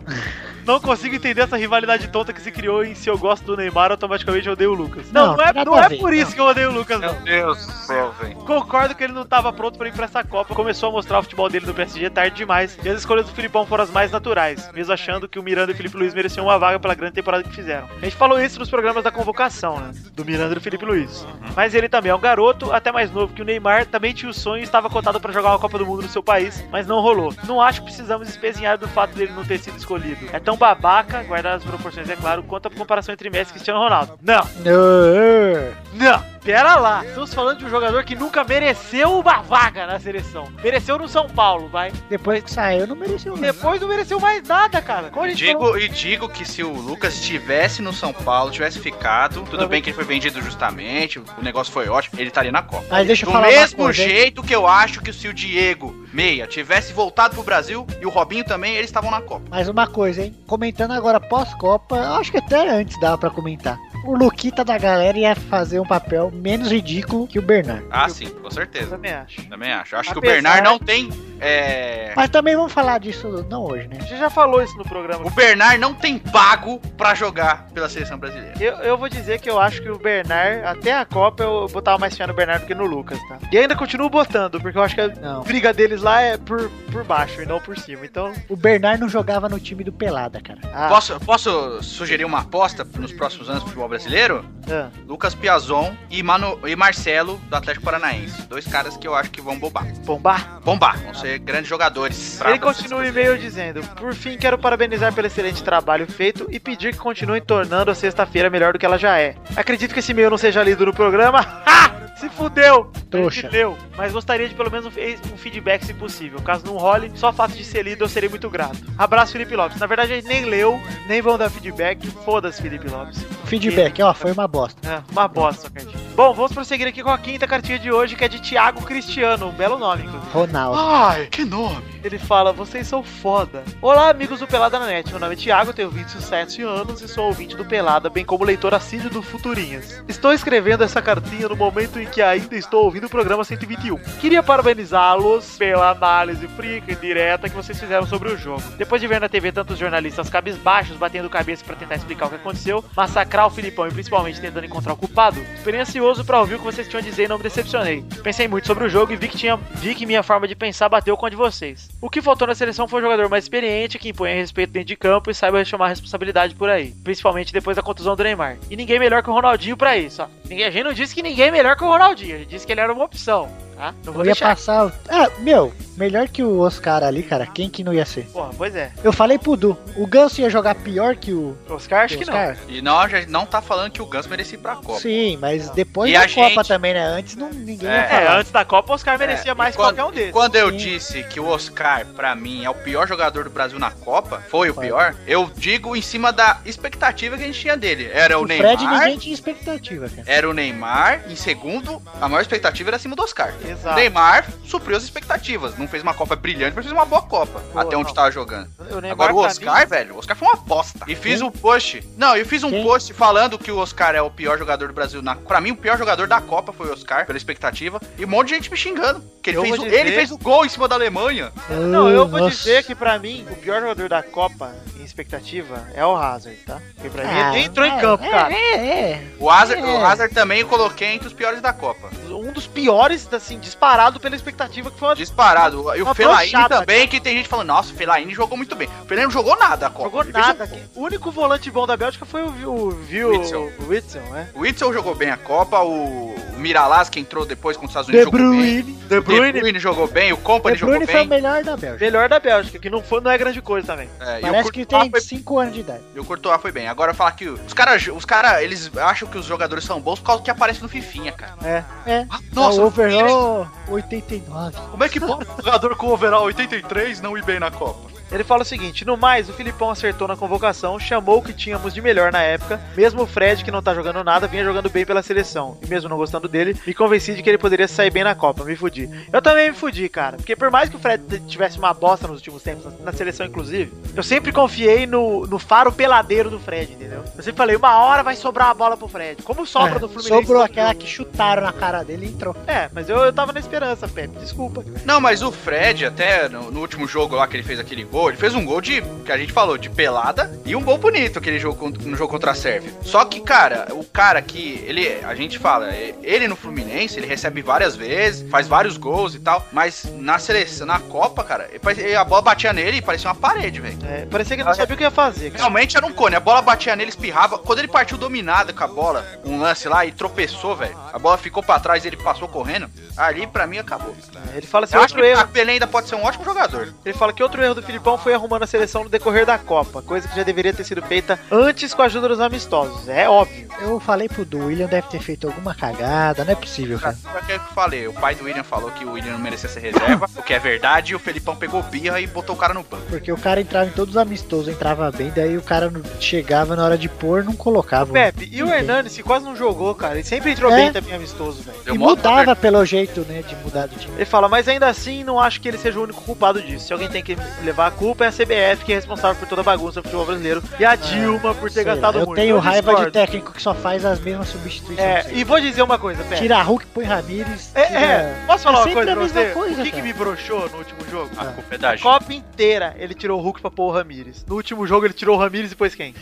S4: Não consigo entender essa rivalidade tonta que se criou em se eu gosto do Neymar, automaticamente eu odeio o Lucas. Não, não,
S8: Não,
S4: é,
S8: nada
S4: não
S8: a
S4: é
S8: ver,
S4: por isso
S8: não.
S4: que eu odeio o Lucas, não.
S3: Deus do céu, velho.
S4: Concordo que ele não tava pronto pra ir pra essa Copa. Começou a mostrar o futebol dele no PSG tarde demais. E as escolhas do Filipão foram as mais naturais, mesmo achando que o Miranda e o Felipe Luiz mereciam uma vaga pela grande temporada que fizeram. A gente falou isso nos programas da convocação, né? Do Miranda e do Felipe Luiz. Mas ele também é um garoto, até mais novo que o Neymar, também tinha o sonho e estava cotado pra jogar uma Copa do Mundo no seu país, mas não rolou. Não acho que precisamos espezinhar do fato dele não ter sido escolhido. É tão babaca, guardar as proporções, é claro, quanto a comparação entre Messi e Cristiano Ronaldo. Não!
S8: Não.
S4: Não, pera lá. Estamos falando de um jogador que nunca mereceu uma vaga na seleção. Mereceu no São Paulo, vai.
S8: Depois que saiu, não mereceu. Não.
S4: Depois não mereceu mais nada, cara. Como a gente falou-
S3: Digo, e digo que se o Lucas estivesse no São Paulo, tivesse ficado, tudo bem que ele foi vendido justamente, o negócio foi ótimo, ele estaria na Copa.
S8: Mas deixa eu
S3: Do
S8: falar uma
S3: mesmo
S8: coisa, hein?
S3: jeito que eu acho que se o Diego Meia tivesse voltado pro Brasil e o Robinho também, eles estavam na Copa.
S8: Mais uma coisa, hein? Comentando agora pós-Copa, eu acho que até antes dava pra comentar. O Luquita da galera ia fazer um papel menos ridículo que o Bernard.
S3: Ah, sim, com certeza.
S4: Também acho.
S3: Também acho. Eu Acho que o
S4: Apesar-
S3: Bernard não tem. É...
S8: Mas também vamos falar disso não hoje, né?
S4: A gente já falou isso no programa.
S3: O Bernard não tem pago pra jogar pela seleção brasileira.
S4: Eu, eu vou dizer que eu acho que o Bernard, até a Copa, eu botava mais fé no Bernard do que no Lucas, tá? E ainda continuo botando, porque eu acho que a
S8: Não.
S4: briga deles lá é por, por baixo e não por cima. Então,
S8: O Bernard não jogava no time do Pelada, cara.
S4: ah,
S3: Posso, posso sugerir uma aposta nos próximos anos do futebol brasileiro?
S4: ah.
S3: Lucas Piazon e, Mano, e Marcelo, do Atlético Paranaense. Dois caras que eu acho que vão bombar.
S4: bombar.
S3: Bombar, vão ser grandes jogadores.
S4: Ele continua o e-mail dizendo: Por fim, quero parabenizar pelo excelente trabalho feito e pedir que continuem tornando a sexta-feira melhor do que ela já é. Acredito que esse e-mail não seja lido no programa. Ha! Se fudeu!
S8: Trouxa.
S4: A gente Leu, mas gostaria de pelo menos um fe- um feedback se possível. Caso não role, só o fato de ser lido eu serei muito grato. Abraço, Felipe Lopes. Na verdade, a gente nem leu, nem vão dar feedback. Foda-se, Felipe Lopes.
S8: Feedback, ó, foi uma bosta.
S4: É, né? uma bosta, cara.
S9: Bom, vamos prosseguir aqui com a quinta cartinha de hoje, que é de Tiago Cristiano, um belo nome, inclusive.
S8: Ronaldo.
S9: Ai, que nome! Ele fala, vocês são foda. Olá, amigos do Pelada na Net. Meu nome é Thiago, tenho 27 anos e sou ouvinte do Pelada, bem como leitor assíduo do Futurinhas. Estou escrevendo essa cartinha no momento em que ainda estou ouvindo o programa 121. Queria parabenizá-los pela análise frica e direta que vocês fizeram sobre o jogo. Depois de ver na TV tantos jornalistas cabisbaixos batendo cabeça pra tentar explicar o que aconteceu, massacrar o Filipão e principalmente tentando encontrar o culpado, fiquei ansioso pra ouvir o que vocês tinham a dizer e não me decepcionei. Pensei muito sobre o jogo e vi que, tinha, vi que minha forma de pensar bateu com a de vocês. O que faltou na seleção foi um jogador mais experiente, que imponha respeito dentro de campo e saiba chamar a responsabilidade por aí, principalmente depois da contusão do Neymar. E ninguém melhor que o Ronaldinho pra isso, ó. Ninguém- A gente não disse que ninguém é melhor que o Ronaldinho, a gente disse que ele era uma opção, tá? Não vou
S8: Eu ia
S9: deixar.
S8: passar. Ah, meu, melhor que o Oscar ali, cara. Quem que não ia ser?
S9: Porra, pois é.
S8: Eu falei pro Du, o Ganso ia jogar pior que o.
S9: Oscar, acho que não.
S8: Oscar?
S3: E não, já não tá falando que o Ganso merecia ir pra Copa.
S8: Sim, mas depois
S3: E
S8: da
S3: a
S8: Copa
S3: gente-
S8: também, né? Antes não, ninguém ia
S9: É,
S8: falar.
S9: antes da Copa, o Oscar merecia
S3: É,
S9: mais
S3: e
S9: que
S3: quando-
S9: qualquer um deles.
S3: Quando eu
S8: né? Sim.
S3: disse que o Oscar, pra mim, é o pior jogador do Brasil na Copa, foi o
S8: Foi.
S3: pior, eu digo em cima da expectativa que a gente tinha dele. Era o,
S8: o
S3: Neymar.
S8: Fred ninguém tinha expectativa, cara.
S3: Era o Neymar, em segundo, a maior expectativa era acima do Oscar. O
S9: Exato.
S3: Neymar supriu as expectativas. Não fez uma Copa brilhante, mas fez uma boa Copa. até onde
S9: não.
S3: tava jogando.
S9: O Neymar,
S3: Agora o
S9: pra
S3: Oscar,
S9: mim,
S3: velho, o Oscar foi uma aposta. E fiz um post. Não, eu fiz um
S8: Quem?
S3: post falando que o Oscar é o pior jogador do Brasil. Na... Pra mim, o pior jogador da Copa foi o Oscar, pela expectativa. E um monte de gente me xingando. Que ele,
S9: Eu
S3: fez o...
S9: vou dizer-
S3: ele fez o gol em cima da Alemanha.
S9: Não, eu vou
S8: Nossa.
S9: dizer que pra mim, o pior jogador da Copa, em expectativa, é o Hazard, tá? Porque pra mim,
S8: Ah,
S9: ele entrou em
S8: é,
S9: campo,
S8: é,
S9: cara.
S8: É, é.
S3: O Hazard,
S8: É.
S3: o Hazard também eu coloquei entre os piores da Copa.
S9: Um dos piores, assim, disparado pela expectativa que foi uma...
S3: Disparado. E o
S9: Uma né?
S3: Fellaini
S9: brochada,
S3: também, que tem gente falando, nossa, o Fellaini jogou muito bem. O Fellaini não jogou nada a Copa.
S9: Jogou
S3: Ele fez
S9: nada.
S3: um gol.
S9: cara. O único volante bom da Bélgica foi o Vil...
S3: Witzel.
S9: O Witzel, né?
S3: O Itzel jogou bem a Copa, o o Miralas, que entrou depois contra os Estados
S8: De
S3: Unidos, jogou bem.
S8: Bruyne.
S9: De Bruyne,
S3: De Bruyne jogou bem, o Company
S8: De Bruyne
S3: jogou
S8: foi o
S3: bem.
S8: melhor da Bélgica.
S9: melhor da Bélgica, que não, foi, não é grande coisa também.
S3: É, e o
S8: Parece que
S3: Courtois
S8: tem
S3: foi
S8: 5 anos de idade.
S3: E o Courtois foi bem. Agora falar que os caras, os cara, eles acham que os jogadores são bons por causa do que aparece no Fifinha, cara.
S8: É, é.
S3: Ah,
S8: o
S3: Nossa,
S8: overall 89.
S3: como é que pode um jogador com overall 83 não ir bem na Copa?
S9: Ele fala o seguinte: no mais, o Filipão acertou na convocação, chamou o que tínhamos de melhor na época. Mesmo o Fred, que não tá jogando nada, vinha jogando bem pela seleção. E mesmo não gostando dele, me convenci de que ele poderia sair bem na Copa. Me fudi. Eu também me fudi, cara. Porque por mais que o Fred tivesse uma bosta nos últimos tempos, na seleção inclusive, eu sempre confiei no, no faro peladeiro do Fred, entendeu? Eu sempre falei: uma hora vai sobrar a bola pro Fred. Como sobra
S8: É,
S9: do Fluminense.
S8: Sobrou aquela que chutaram na cara dele e entrou.
S9: É, mas eu, eu tava na esperança, Pepe. Desculpa.
S3: Não, mas o Fred, até no, no último jogo lá que ele fez aquele gol, ele fez um gol de, que a gente falou, de pelada e um gol bonito aquele jogo cont- no jogo contra a Sérvia. Só que, cara, o cara que, ele, a gente fala, e- ele no Fluminense, ele recebe várias vezes, faz vários gols e tal, mas na seleção, na Copa, cara, ele pare- a bola batia nele e parecia uma parede, velho.
S9: É, parecia que ele não sabia o que ia fazer, cara.
S3: Realmente era um cone, a bola batia nele, espirrava. Quando ele partiu dominado com a bola, um lance lá e tropeçou, velho. A bola ficou pra trás, ele passou correndo. Ali pra mim acabou.
S9: Ele fala assim:
S3: Eu acho
S9: outro
S3: que
S9: erro.
S3: o Pelé ainda pode ser um ótimo jogador.
S9: Ele fala que outro erro do Filipão foi arrumando a seleção no decorrer da Copa, coisa que já deveria ter sido feita antes com a ajuda dos amistosos. É óbvio.
S8: Eu falei pro Du, o William deve ter feito alguma cagada, não é possível, cara.
S3: Só que é o que eu falei, o pai do William falou que o William não merecia ser reserva, o que é verdade, e o Felipão pegou birra e botou o cara no banco.
S8: Porque o cara entrava em todos os amistosos, entrava bem, daí o cara não- chegava na hora de pôr, não colocava.
S9: Pepe, e o
S8: Não tem.
S9: Hernanes, que quase não jogou, cara. Ele sempre entrou
S8: Uhum. É.
S9: bem também amistoso, velho.
S3: Deu
S8: E
S3: mó-
S8: mudava pelo jeito, né, de mudar do time.
S9: Ele fala, mas ainda assim não acho que ele seja o único culpado disso. Se alguém tem que levar a culpa, é a CBF, que é responsável por toda a bagunça do futebol brasileiro, e a Dilma por ter
S8: É, Sei lá,
S9: gastado
S8: eu
S9: muito.
S8: tenho raiva de
S9: discordo.
S8: técnico que só faz as mesmas substituições.
S9: É, e vou dizer uma coisa, Pepe.
S8: Tira Hulk, põe Ramires.
S9: É,
S8: tira-
S9: é, posso falar
S8: É
S9: uma
S8: sempre
S9: coisa
S8: a
S9: pra
S8: mesma
S9: você?
S8: coisa,
S9: o que, que
S8: cara.
S9: me broxou no último jogo?
S3: A culpa é da
S9: A
S3: gente.
S9: Copa inteira ele tirou o Hulk pra pôr o Ramires. No último jogo ele tirou o Ramires e pôs quem?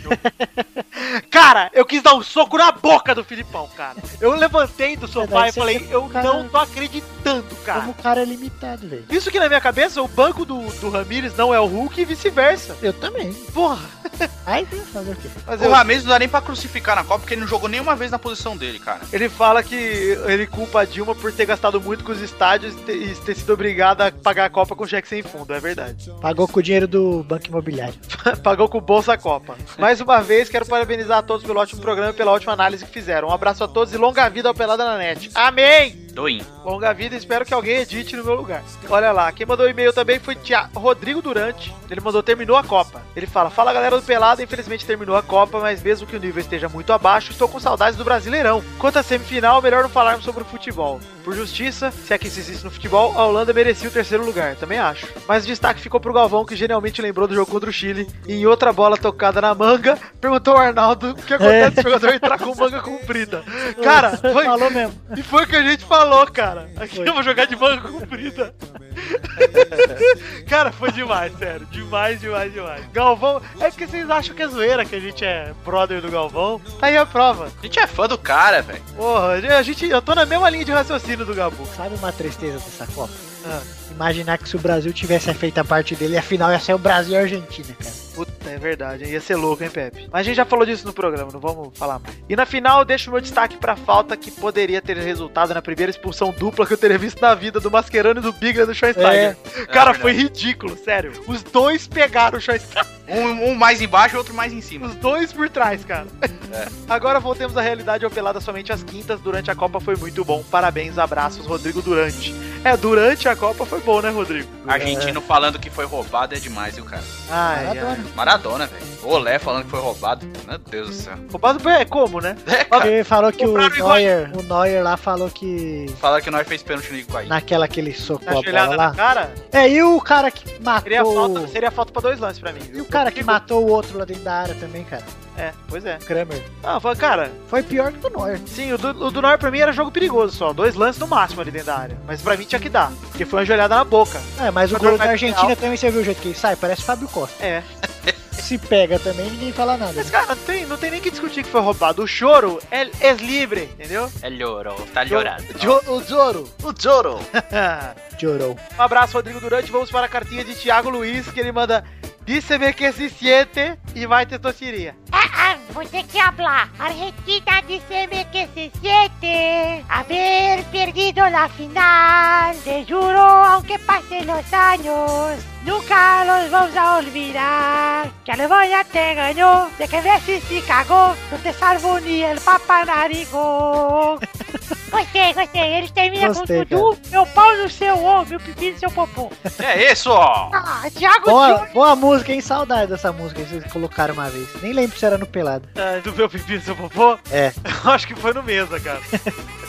S9: cara, eu quis dar um soco na boca do Filipão, cara. Eu levantei do sofá
S8: daí
S9: e
S8: você
S9: falei,
S8: fica,
S9: eu
S8: cara,
S9: não tô acreditando,
S8: Como
S9: cara.
S8: o cara é limitado, velho.
S9: Isso que na minha cabeça, o banco do, do Ramires não é o Hulk e vice-versa.
S8: Eu também.
S9: Porra,
S8: Aí tem que fazer o quê?
S9: mas
S3: O
S9: eu-
S3: Ramires não dá nem pra crucificar na Copa, porque ele não jogou nenhuma vez na posição dele, cara.
S9: ele fala que ele culpa a Dilma por ter gastado muito com os estádios e ter, e ter sido obrigado a pagar a Copa com cheque sem fundo, é verdade.
S8: Pagou com o dinheiro do Banco Imobiliário.
S9: Pagou com o Bolsa Copa. Mais uma vez, quero parabenizar a todos pelo ótimo programa e pela ótima análise que fizeram. Um abraço a todos e longa vida ao Pelada na Net. Amém!
S3: Doim.
S9: Longa vida, espero que alguém edite no meu lugar. Olha lá, quem mandou e-mail também foi Tia- Rodrigo Durante. Ele mandou terminou a Copa. Ele fala: Fala galera do Pelado, infelizmente terminou a Copa, mas mesmo que o nível esteja muito abaixo, estou com saudades do Brasileirão. Quanto à semifinal, melhor não falarmos sobre o futebol. Por justiça, se é que isso existe no futebol, a Holanda merecia o terceiro lugar, também acho. Mas o destaque ficou pro Galvão, que genialmente lembrou do jogo contra o Chile. E em outra bola tocada na manga, perguntou ao Arnaldo o que acontece se o jogador entrar com manga comprida. Cara, foi,
S8: Falou mesmo.
S9: e foi o que a gente falou, cara. Aqui
S8: Foi.
S9: eu vou jogar de manga comprida. cara, foi demais, sério. Demais, demais, demais. Galvão. É porque vocês acham que é zoeira que a gente é brother do Galvão. Tá aí a prova.
S3: A gente é fã do cara, velho.
S9: Porra, a gente, eu tô na mesma linha de raciocínio do Gabu.
S8: Sabe uma tristeza dessa Copa?
S9: Ah.
S8: Imaginar que se o Brasil tivesse feito a parte dele, afinal ia ser o Brasil e a Argentina, cara.
S9: Puta, é verdade, hein? ia ser louco, hein, Pepe? Mas a gente já falou disso no programa, não vamos falar mais. E na final, eu deixo o meu destaque pra falta que poderia ter resultado na primeira expulsão dupla que eu teria visto na vida do Mascherano e do Bigler do Schoensteiger. Cara,
S3: É
S9: foi ridículo, sério. Os dois pegaram o Schoensteiger.
S3: Um, um mais embaixo e outro mais em cima.
S9: Os dois por trás, cara. Agora voltemos à realidade ao Pelada somente às quintas. Durante a Copa foi muito bom. Parabéns, abraços, Rodrigo Durante. É, durante a Copa foi bom, né, Rodrigo?
S3: Argentino falando que foi roubado é demais, viu, cara?
S9: Ai, ai.
S8: Maradona.
S3: Maradona, velho. Olé falando que foi roubado. Meu Deus do céu.
S9: Roubado é como, né?
S3: É, cara.
S8: Ele falou que o
S3: Compraram igual-
S8: Neuer, o Neuer lá falou que
S3: Falaram que nós fez pênalti no Higuaín.
S8: naquela que ele socou
S9: Na
S8: a bola
S9: gelhada na
S8: lá.
S9: cara,
S8: É, e o cara que
S9: seria
S8: matou.
S9: falta, seria falta pra dois lances pra mim.
S8: E o cara que matou o outro lá dentro da área também, cara.
S9: É, pois é.
S8: O Kramer.
S9: Ah, foi- cara,
S8: Foi pior que o Neuer.
S9: sim, o do, o do Neuer pra mim era jogo perigoso só. Dois lances no máximo ali dentro da área. Mas pra mim tinha que dar, porque foi uma joelhada na boca.
S8: É, mas o
S9: Agora
S8: gol
S9: vai
S8: da
S9: pro
S8: Argentina
S9: Real.
S8: também você viu o jeito que ele sai, parece Fábio Costa.
S9: É.
S8: Se pega também, ninguém fala nada. né?
S9: Mas, cara, não tem, não tem nem que discutir que foi roubado. O choro é, é livre, entendeu?
S3: É llorou, tá llorando.
S2: Jo- o Joro, o Joro.
S8: Chorou.
S9: Um abraço, Rodrigo Durante. Vamos para a cartinha de Thiago Luiz, que ele manda Díceme que se siente e vai ter tossiria.
S11: Ah, ah, vou ter que hablar. Argentina diceme que se siente haber perdido la final. Te juro, aunque pasen los años, nunca los vamos a olvidar. Que Alemania te engañó, de que Messi se cagó, no te salvó ni el Papa Narigón. Gostei, gostei. Ele termina
S8: Gostei,
S11: com Dudu, meu pau no seu ovo, meu pipi no seu popô.
S3: É isso, ó.
S11: Ah, Thiago
S8: Boa,
S11: Júnior.
S8: boa música, hein? Saudade dessa música que vocês colocaram uma vez. Nem lembro se era no Pelado.
S9: do meu pipi do seu popô?
S8: É.
S9: Eu acho que foi no mesa, cara.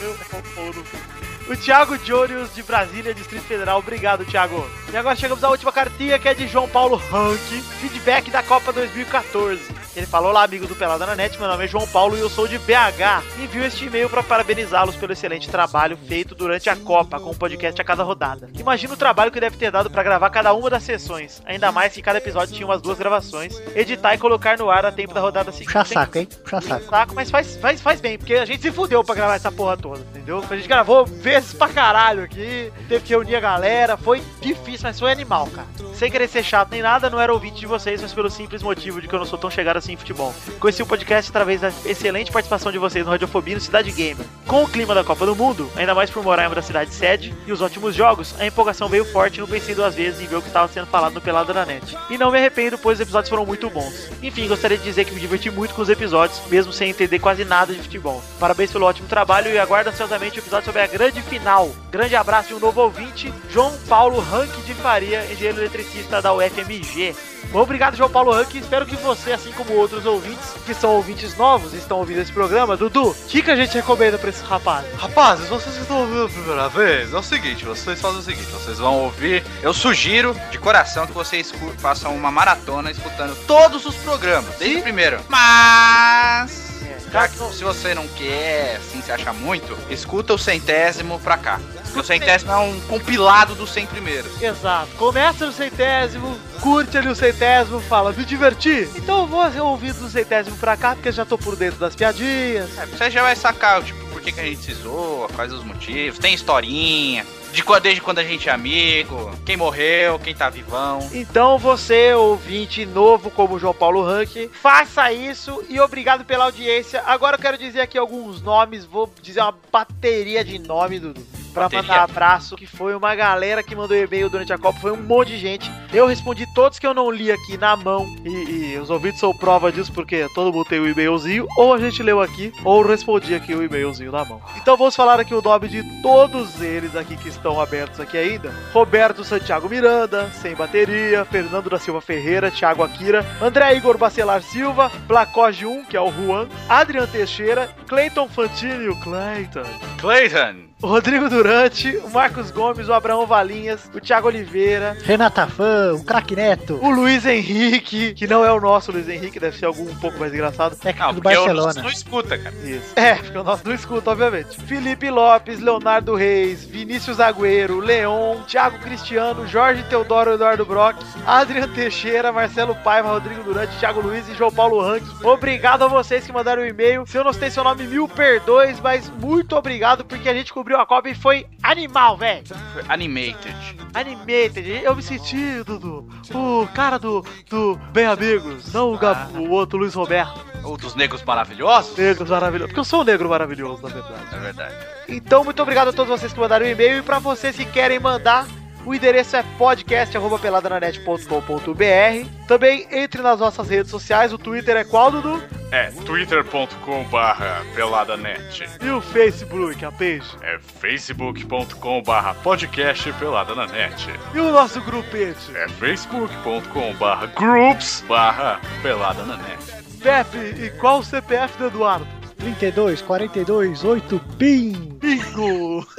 S9: Eu, popô no- o Thiago Jorius, de Brasília, Distrito Federal. Obrigado, Thiago. E agora chegamos à última cartinha, que é de João Paulo Rank. Feedback da Copa 2014. Ele falou lá, amigos do Pelada na Net, meu nome é João Paulo e eu sou de BH. Envio este e-mail para parabenizá-los pelo excelente trabalho feito durante a Copa com o podcast a cada rodada. Imagino o trabalho que deve ter dado para gravar cada uma das sessões, ainda mais que cada episódio tinha umas duas gravações, editar e colocar no ar a tempo da rodada seguinte.
S8: Puxa saco, hein? Puxa saco.
S9: Saco, mas faz, faz, faz bem, porque a gente se fudeu pra gravar essa porra toda, entendeu? A gente gravou vezes pra caralho aqui, teve que reunir a galera, foi difícil, mas foi animal, cara. Sem querer ser chato nem nada, não era ouvinte de vocês, mas pelo simples motivo de que eu não sou tão chegado assim em futebol. Conheci o podcast através da excelente participação de vocês no Radiofobia e no Cidade Gamer. Com o clima da Copa do Mundo, ainda mais por morar em uma da cidade sede e os ótimos jogos, a empolgação veio forte e não pensei duas vezes em ver o que estava sendo falado no Pelada da Net. E não me arrependo, pois os episódios foram muito bons. Enfim, gostaria de dizer que me diverti muito com os episódios, mesmo sem entender quase nada de futebol. Parabéns pelo ótimo trabalho e aguardo ansiosamente o episódio sobre a grande final. Grande abraço de um novo ouvinte, João Paulo Rank de Faria, engenheiro eletricista da UFMG. Bom, obrigado, João Paulo Rank. Espero que você, assim como outros ouvintes, que são ouvintes novos e estão ouvindo esse programa, Dudu, o que, que a gente recomenda pra esses rapazes?
S3: Rapazes, vocês que estão ouvindo a primeira vez, é o seguinte, vocês fazem o seguinte, vocês vão ouvir, eu sugiro de coração que vocês escu- façam uma maratona escutando todos os programas, desde o primeiro. Mas,
S9: É,
S3: já que se você não quer, assim, se acha muito, escuta o centésimo pra cá. Porque o centésimo é um compilado dos 100 primeiros.
S9: Exato. Começa no centésimo, curte ali o centésimo, fala, me diverti. Então eu vou ouvir do centésimo pra cá, porque eu já tô por dentro das piadinhas.
S3: É, Você já vai sacar, tipo, por que, que a gente se zoa, quais os motivos, tem historinha, de quando, desde quando a gente é amigo, quem morreu, quem tá vivão.
S9: Então você, ouvinte novo como o João Paulo Rank, faça isso e obrigado pela audiência. Agora eu quero dizer aqui alguns nomes, vou dizer uma bateria de nome, Dudu. pra
S3: Teria.
S9: mandar abraço, que foi uma galera que mandou e-mail durante a Copa, foi um monte de gente. Eu respondi todos que eu não li aqui na mão, e, e os ouvintes são prova disso, porque todo mundo tem o e-mailzinho, ou a gente leu aqui, ou respondi aqui o e-mailzinho na mão. Então vamos falar aqui o nome de todos eles aqui que estão abertos aqui ainda. Roberto Santiago Miranda, Sem Bateria, Fernando da Silva Ferreira, Thiago Akira, André Igor Bacelar Silva, Blacoge 1, que é o Juan, Adrian Teixeira, Cleiton Fantini, o Cleiton,
S3: Clayton.
S9: o Rodrigo Durante, o Marcos Gomes, o Abraão Valinhas, o Thiago Oliveira,
S8: Renata Fã, o craque Neto,
S9: o Luiz Henrique, que não é o nosso Luiz Henrique, deve ser algum um pouco mais engraçado.
S8: técnico
S3: Não,
S8: do
S3: porque é o nosso
S8: Barcelona.
S3: não escuta, cara.
S9: Isso. É, porque o nosso não escuta, obviamente. Felipe Lopes, Leonardo Reis, Vinícius Agüero, Leon, Thiago Cristiano, Jorge Teodoro, Eduardo Brock, Adrian Teixeira, Marcelo Paiva, Rodrigo Durante, Thiago Luiz e João Paulo Rank. Obrigado a vocês que mandaram o e-mail. Se eu não sei seu nome, mil perdões, mas muito obrigado porque a gente cobriu a Copa e foi animal, velho.
S3: Foi Animated.
S9: Animated. Eu me senti, Dudu, o cara do, do Bem Amigos, não o, Gabu, o outro Luiz Roberto.
S3: Ou dos negros maravilhosos?
S9: Negros maravilhosos. Porque eu sou um negro maravilhoso, na verdade.
S3: É verdade.
S9: Então, muito obrigado a todos vocês que mandaram o e-mail e para vocês que querem mandar, o endereço é podcast@peladananet.com.br. Também entre nas nossas redes sociais, o Twitter é qual, Dudu?
S12: É twitter.com barra peladanet.
S9: E o Facebook, a page.
S12: É facebook.com barra podcast peladananet.
S9: E o nosso grupete,
S12: É facebook.com barra groups barra peladananet.
S9: Pepe, e qual o CPF do Eduardo?
S8: 32, 42, 8, BIM!
S9: Bingo!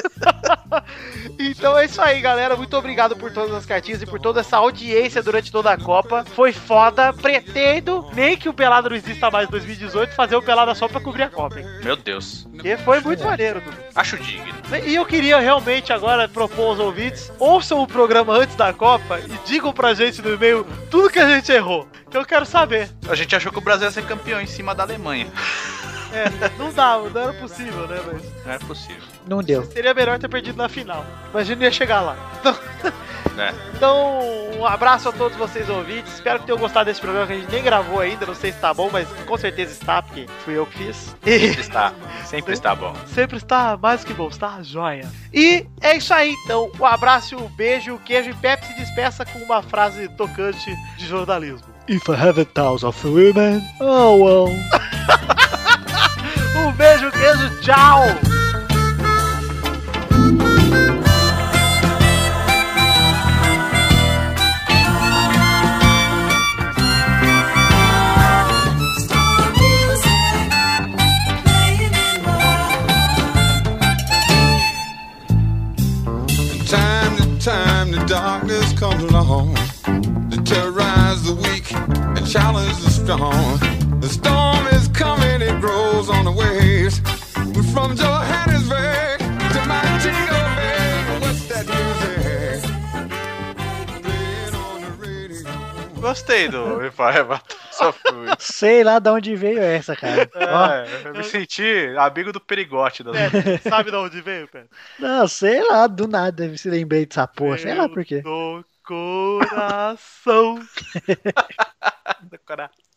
S9: então é isso aí, galera. Muito obrigado por todas as cartinhas e por toda essa audiência durante toda a Copa. Foi foda. Pretendo, nem que o Pelado não exista mais em 2018, fazer o Pelada só pra cobrir a Copa, hein?
S3: Meu Deus.
S9: Porque foi muito maneiro, Dudu.
S3: Acho digno.
S9: E eu queria realmente agora propor aos ouvintes: ouçam o programa antes da Copa e digam pra gente no e-mail tudo que a gente errou. Que eu quero saber.
S3: A gente achou que o Brasil ia ser campeão em cima da Alemanha.
S9: É, não dava, não era possível, né? Mas
S3: Não é possível.
S8: Não deu.
S9: seria melhor ter perdido na final. Imagina ia chegar lá. Então,
S3: É.
S9: então, um abraço a todos vocês ouvintes. Espero que tenham gostado desse programa que a gente nem gravou ainda. Não sei se tá bom, mas com certeza está, porque fui eu que fiz. E.
S3: Sempre está. Sempre está bom.
S9: Sempre está mais que bom, está joia. E é isso aí, então. Um abraço, um beijo, um queijo e Pepe se despeça com uma frase tocante de jornalismo.
S8: If I have a thousand of women, oh well.
S9: Um beijo, queijo, tchau!
S7: From time to time, the darkness comes along to terrorize the weak and challenge the strong. Uh-huh. The storm is coming, it grows on the waves. We're from Johannesburg to Montego Bay. What's that music? Playing on the radio.
S3: Gostei do Eva. Só fui.
S8: Sei lá de onde veio essa, cara. Ó,
S3: É, eu me senti amigo do perigote. Das...
S9: Pepe, sabe de onde veio, Pepe?
S8: não, sei lá, do nada eu se lembrei dessa porra, sei lá por quê.
S9: Do coração. do coração.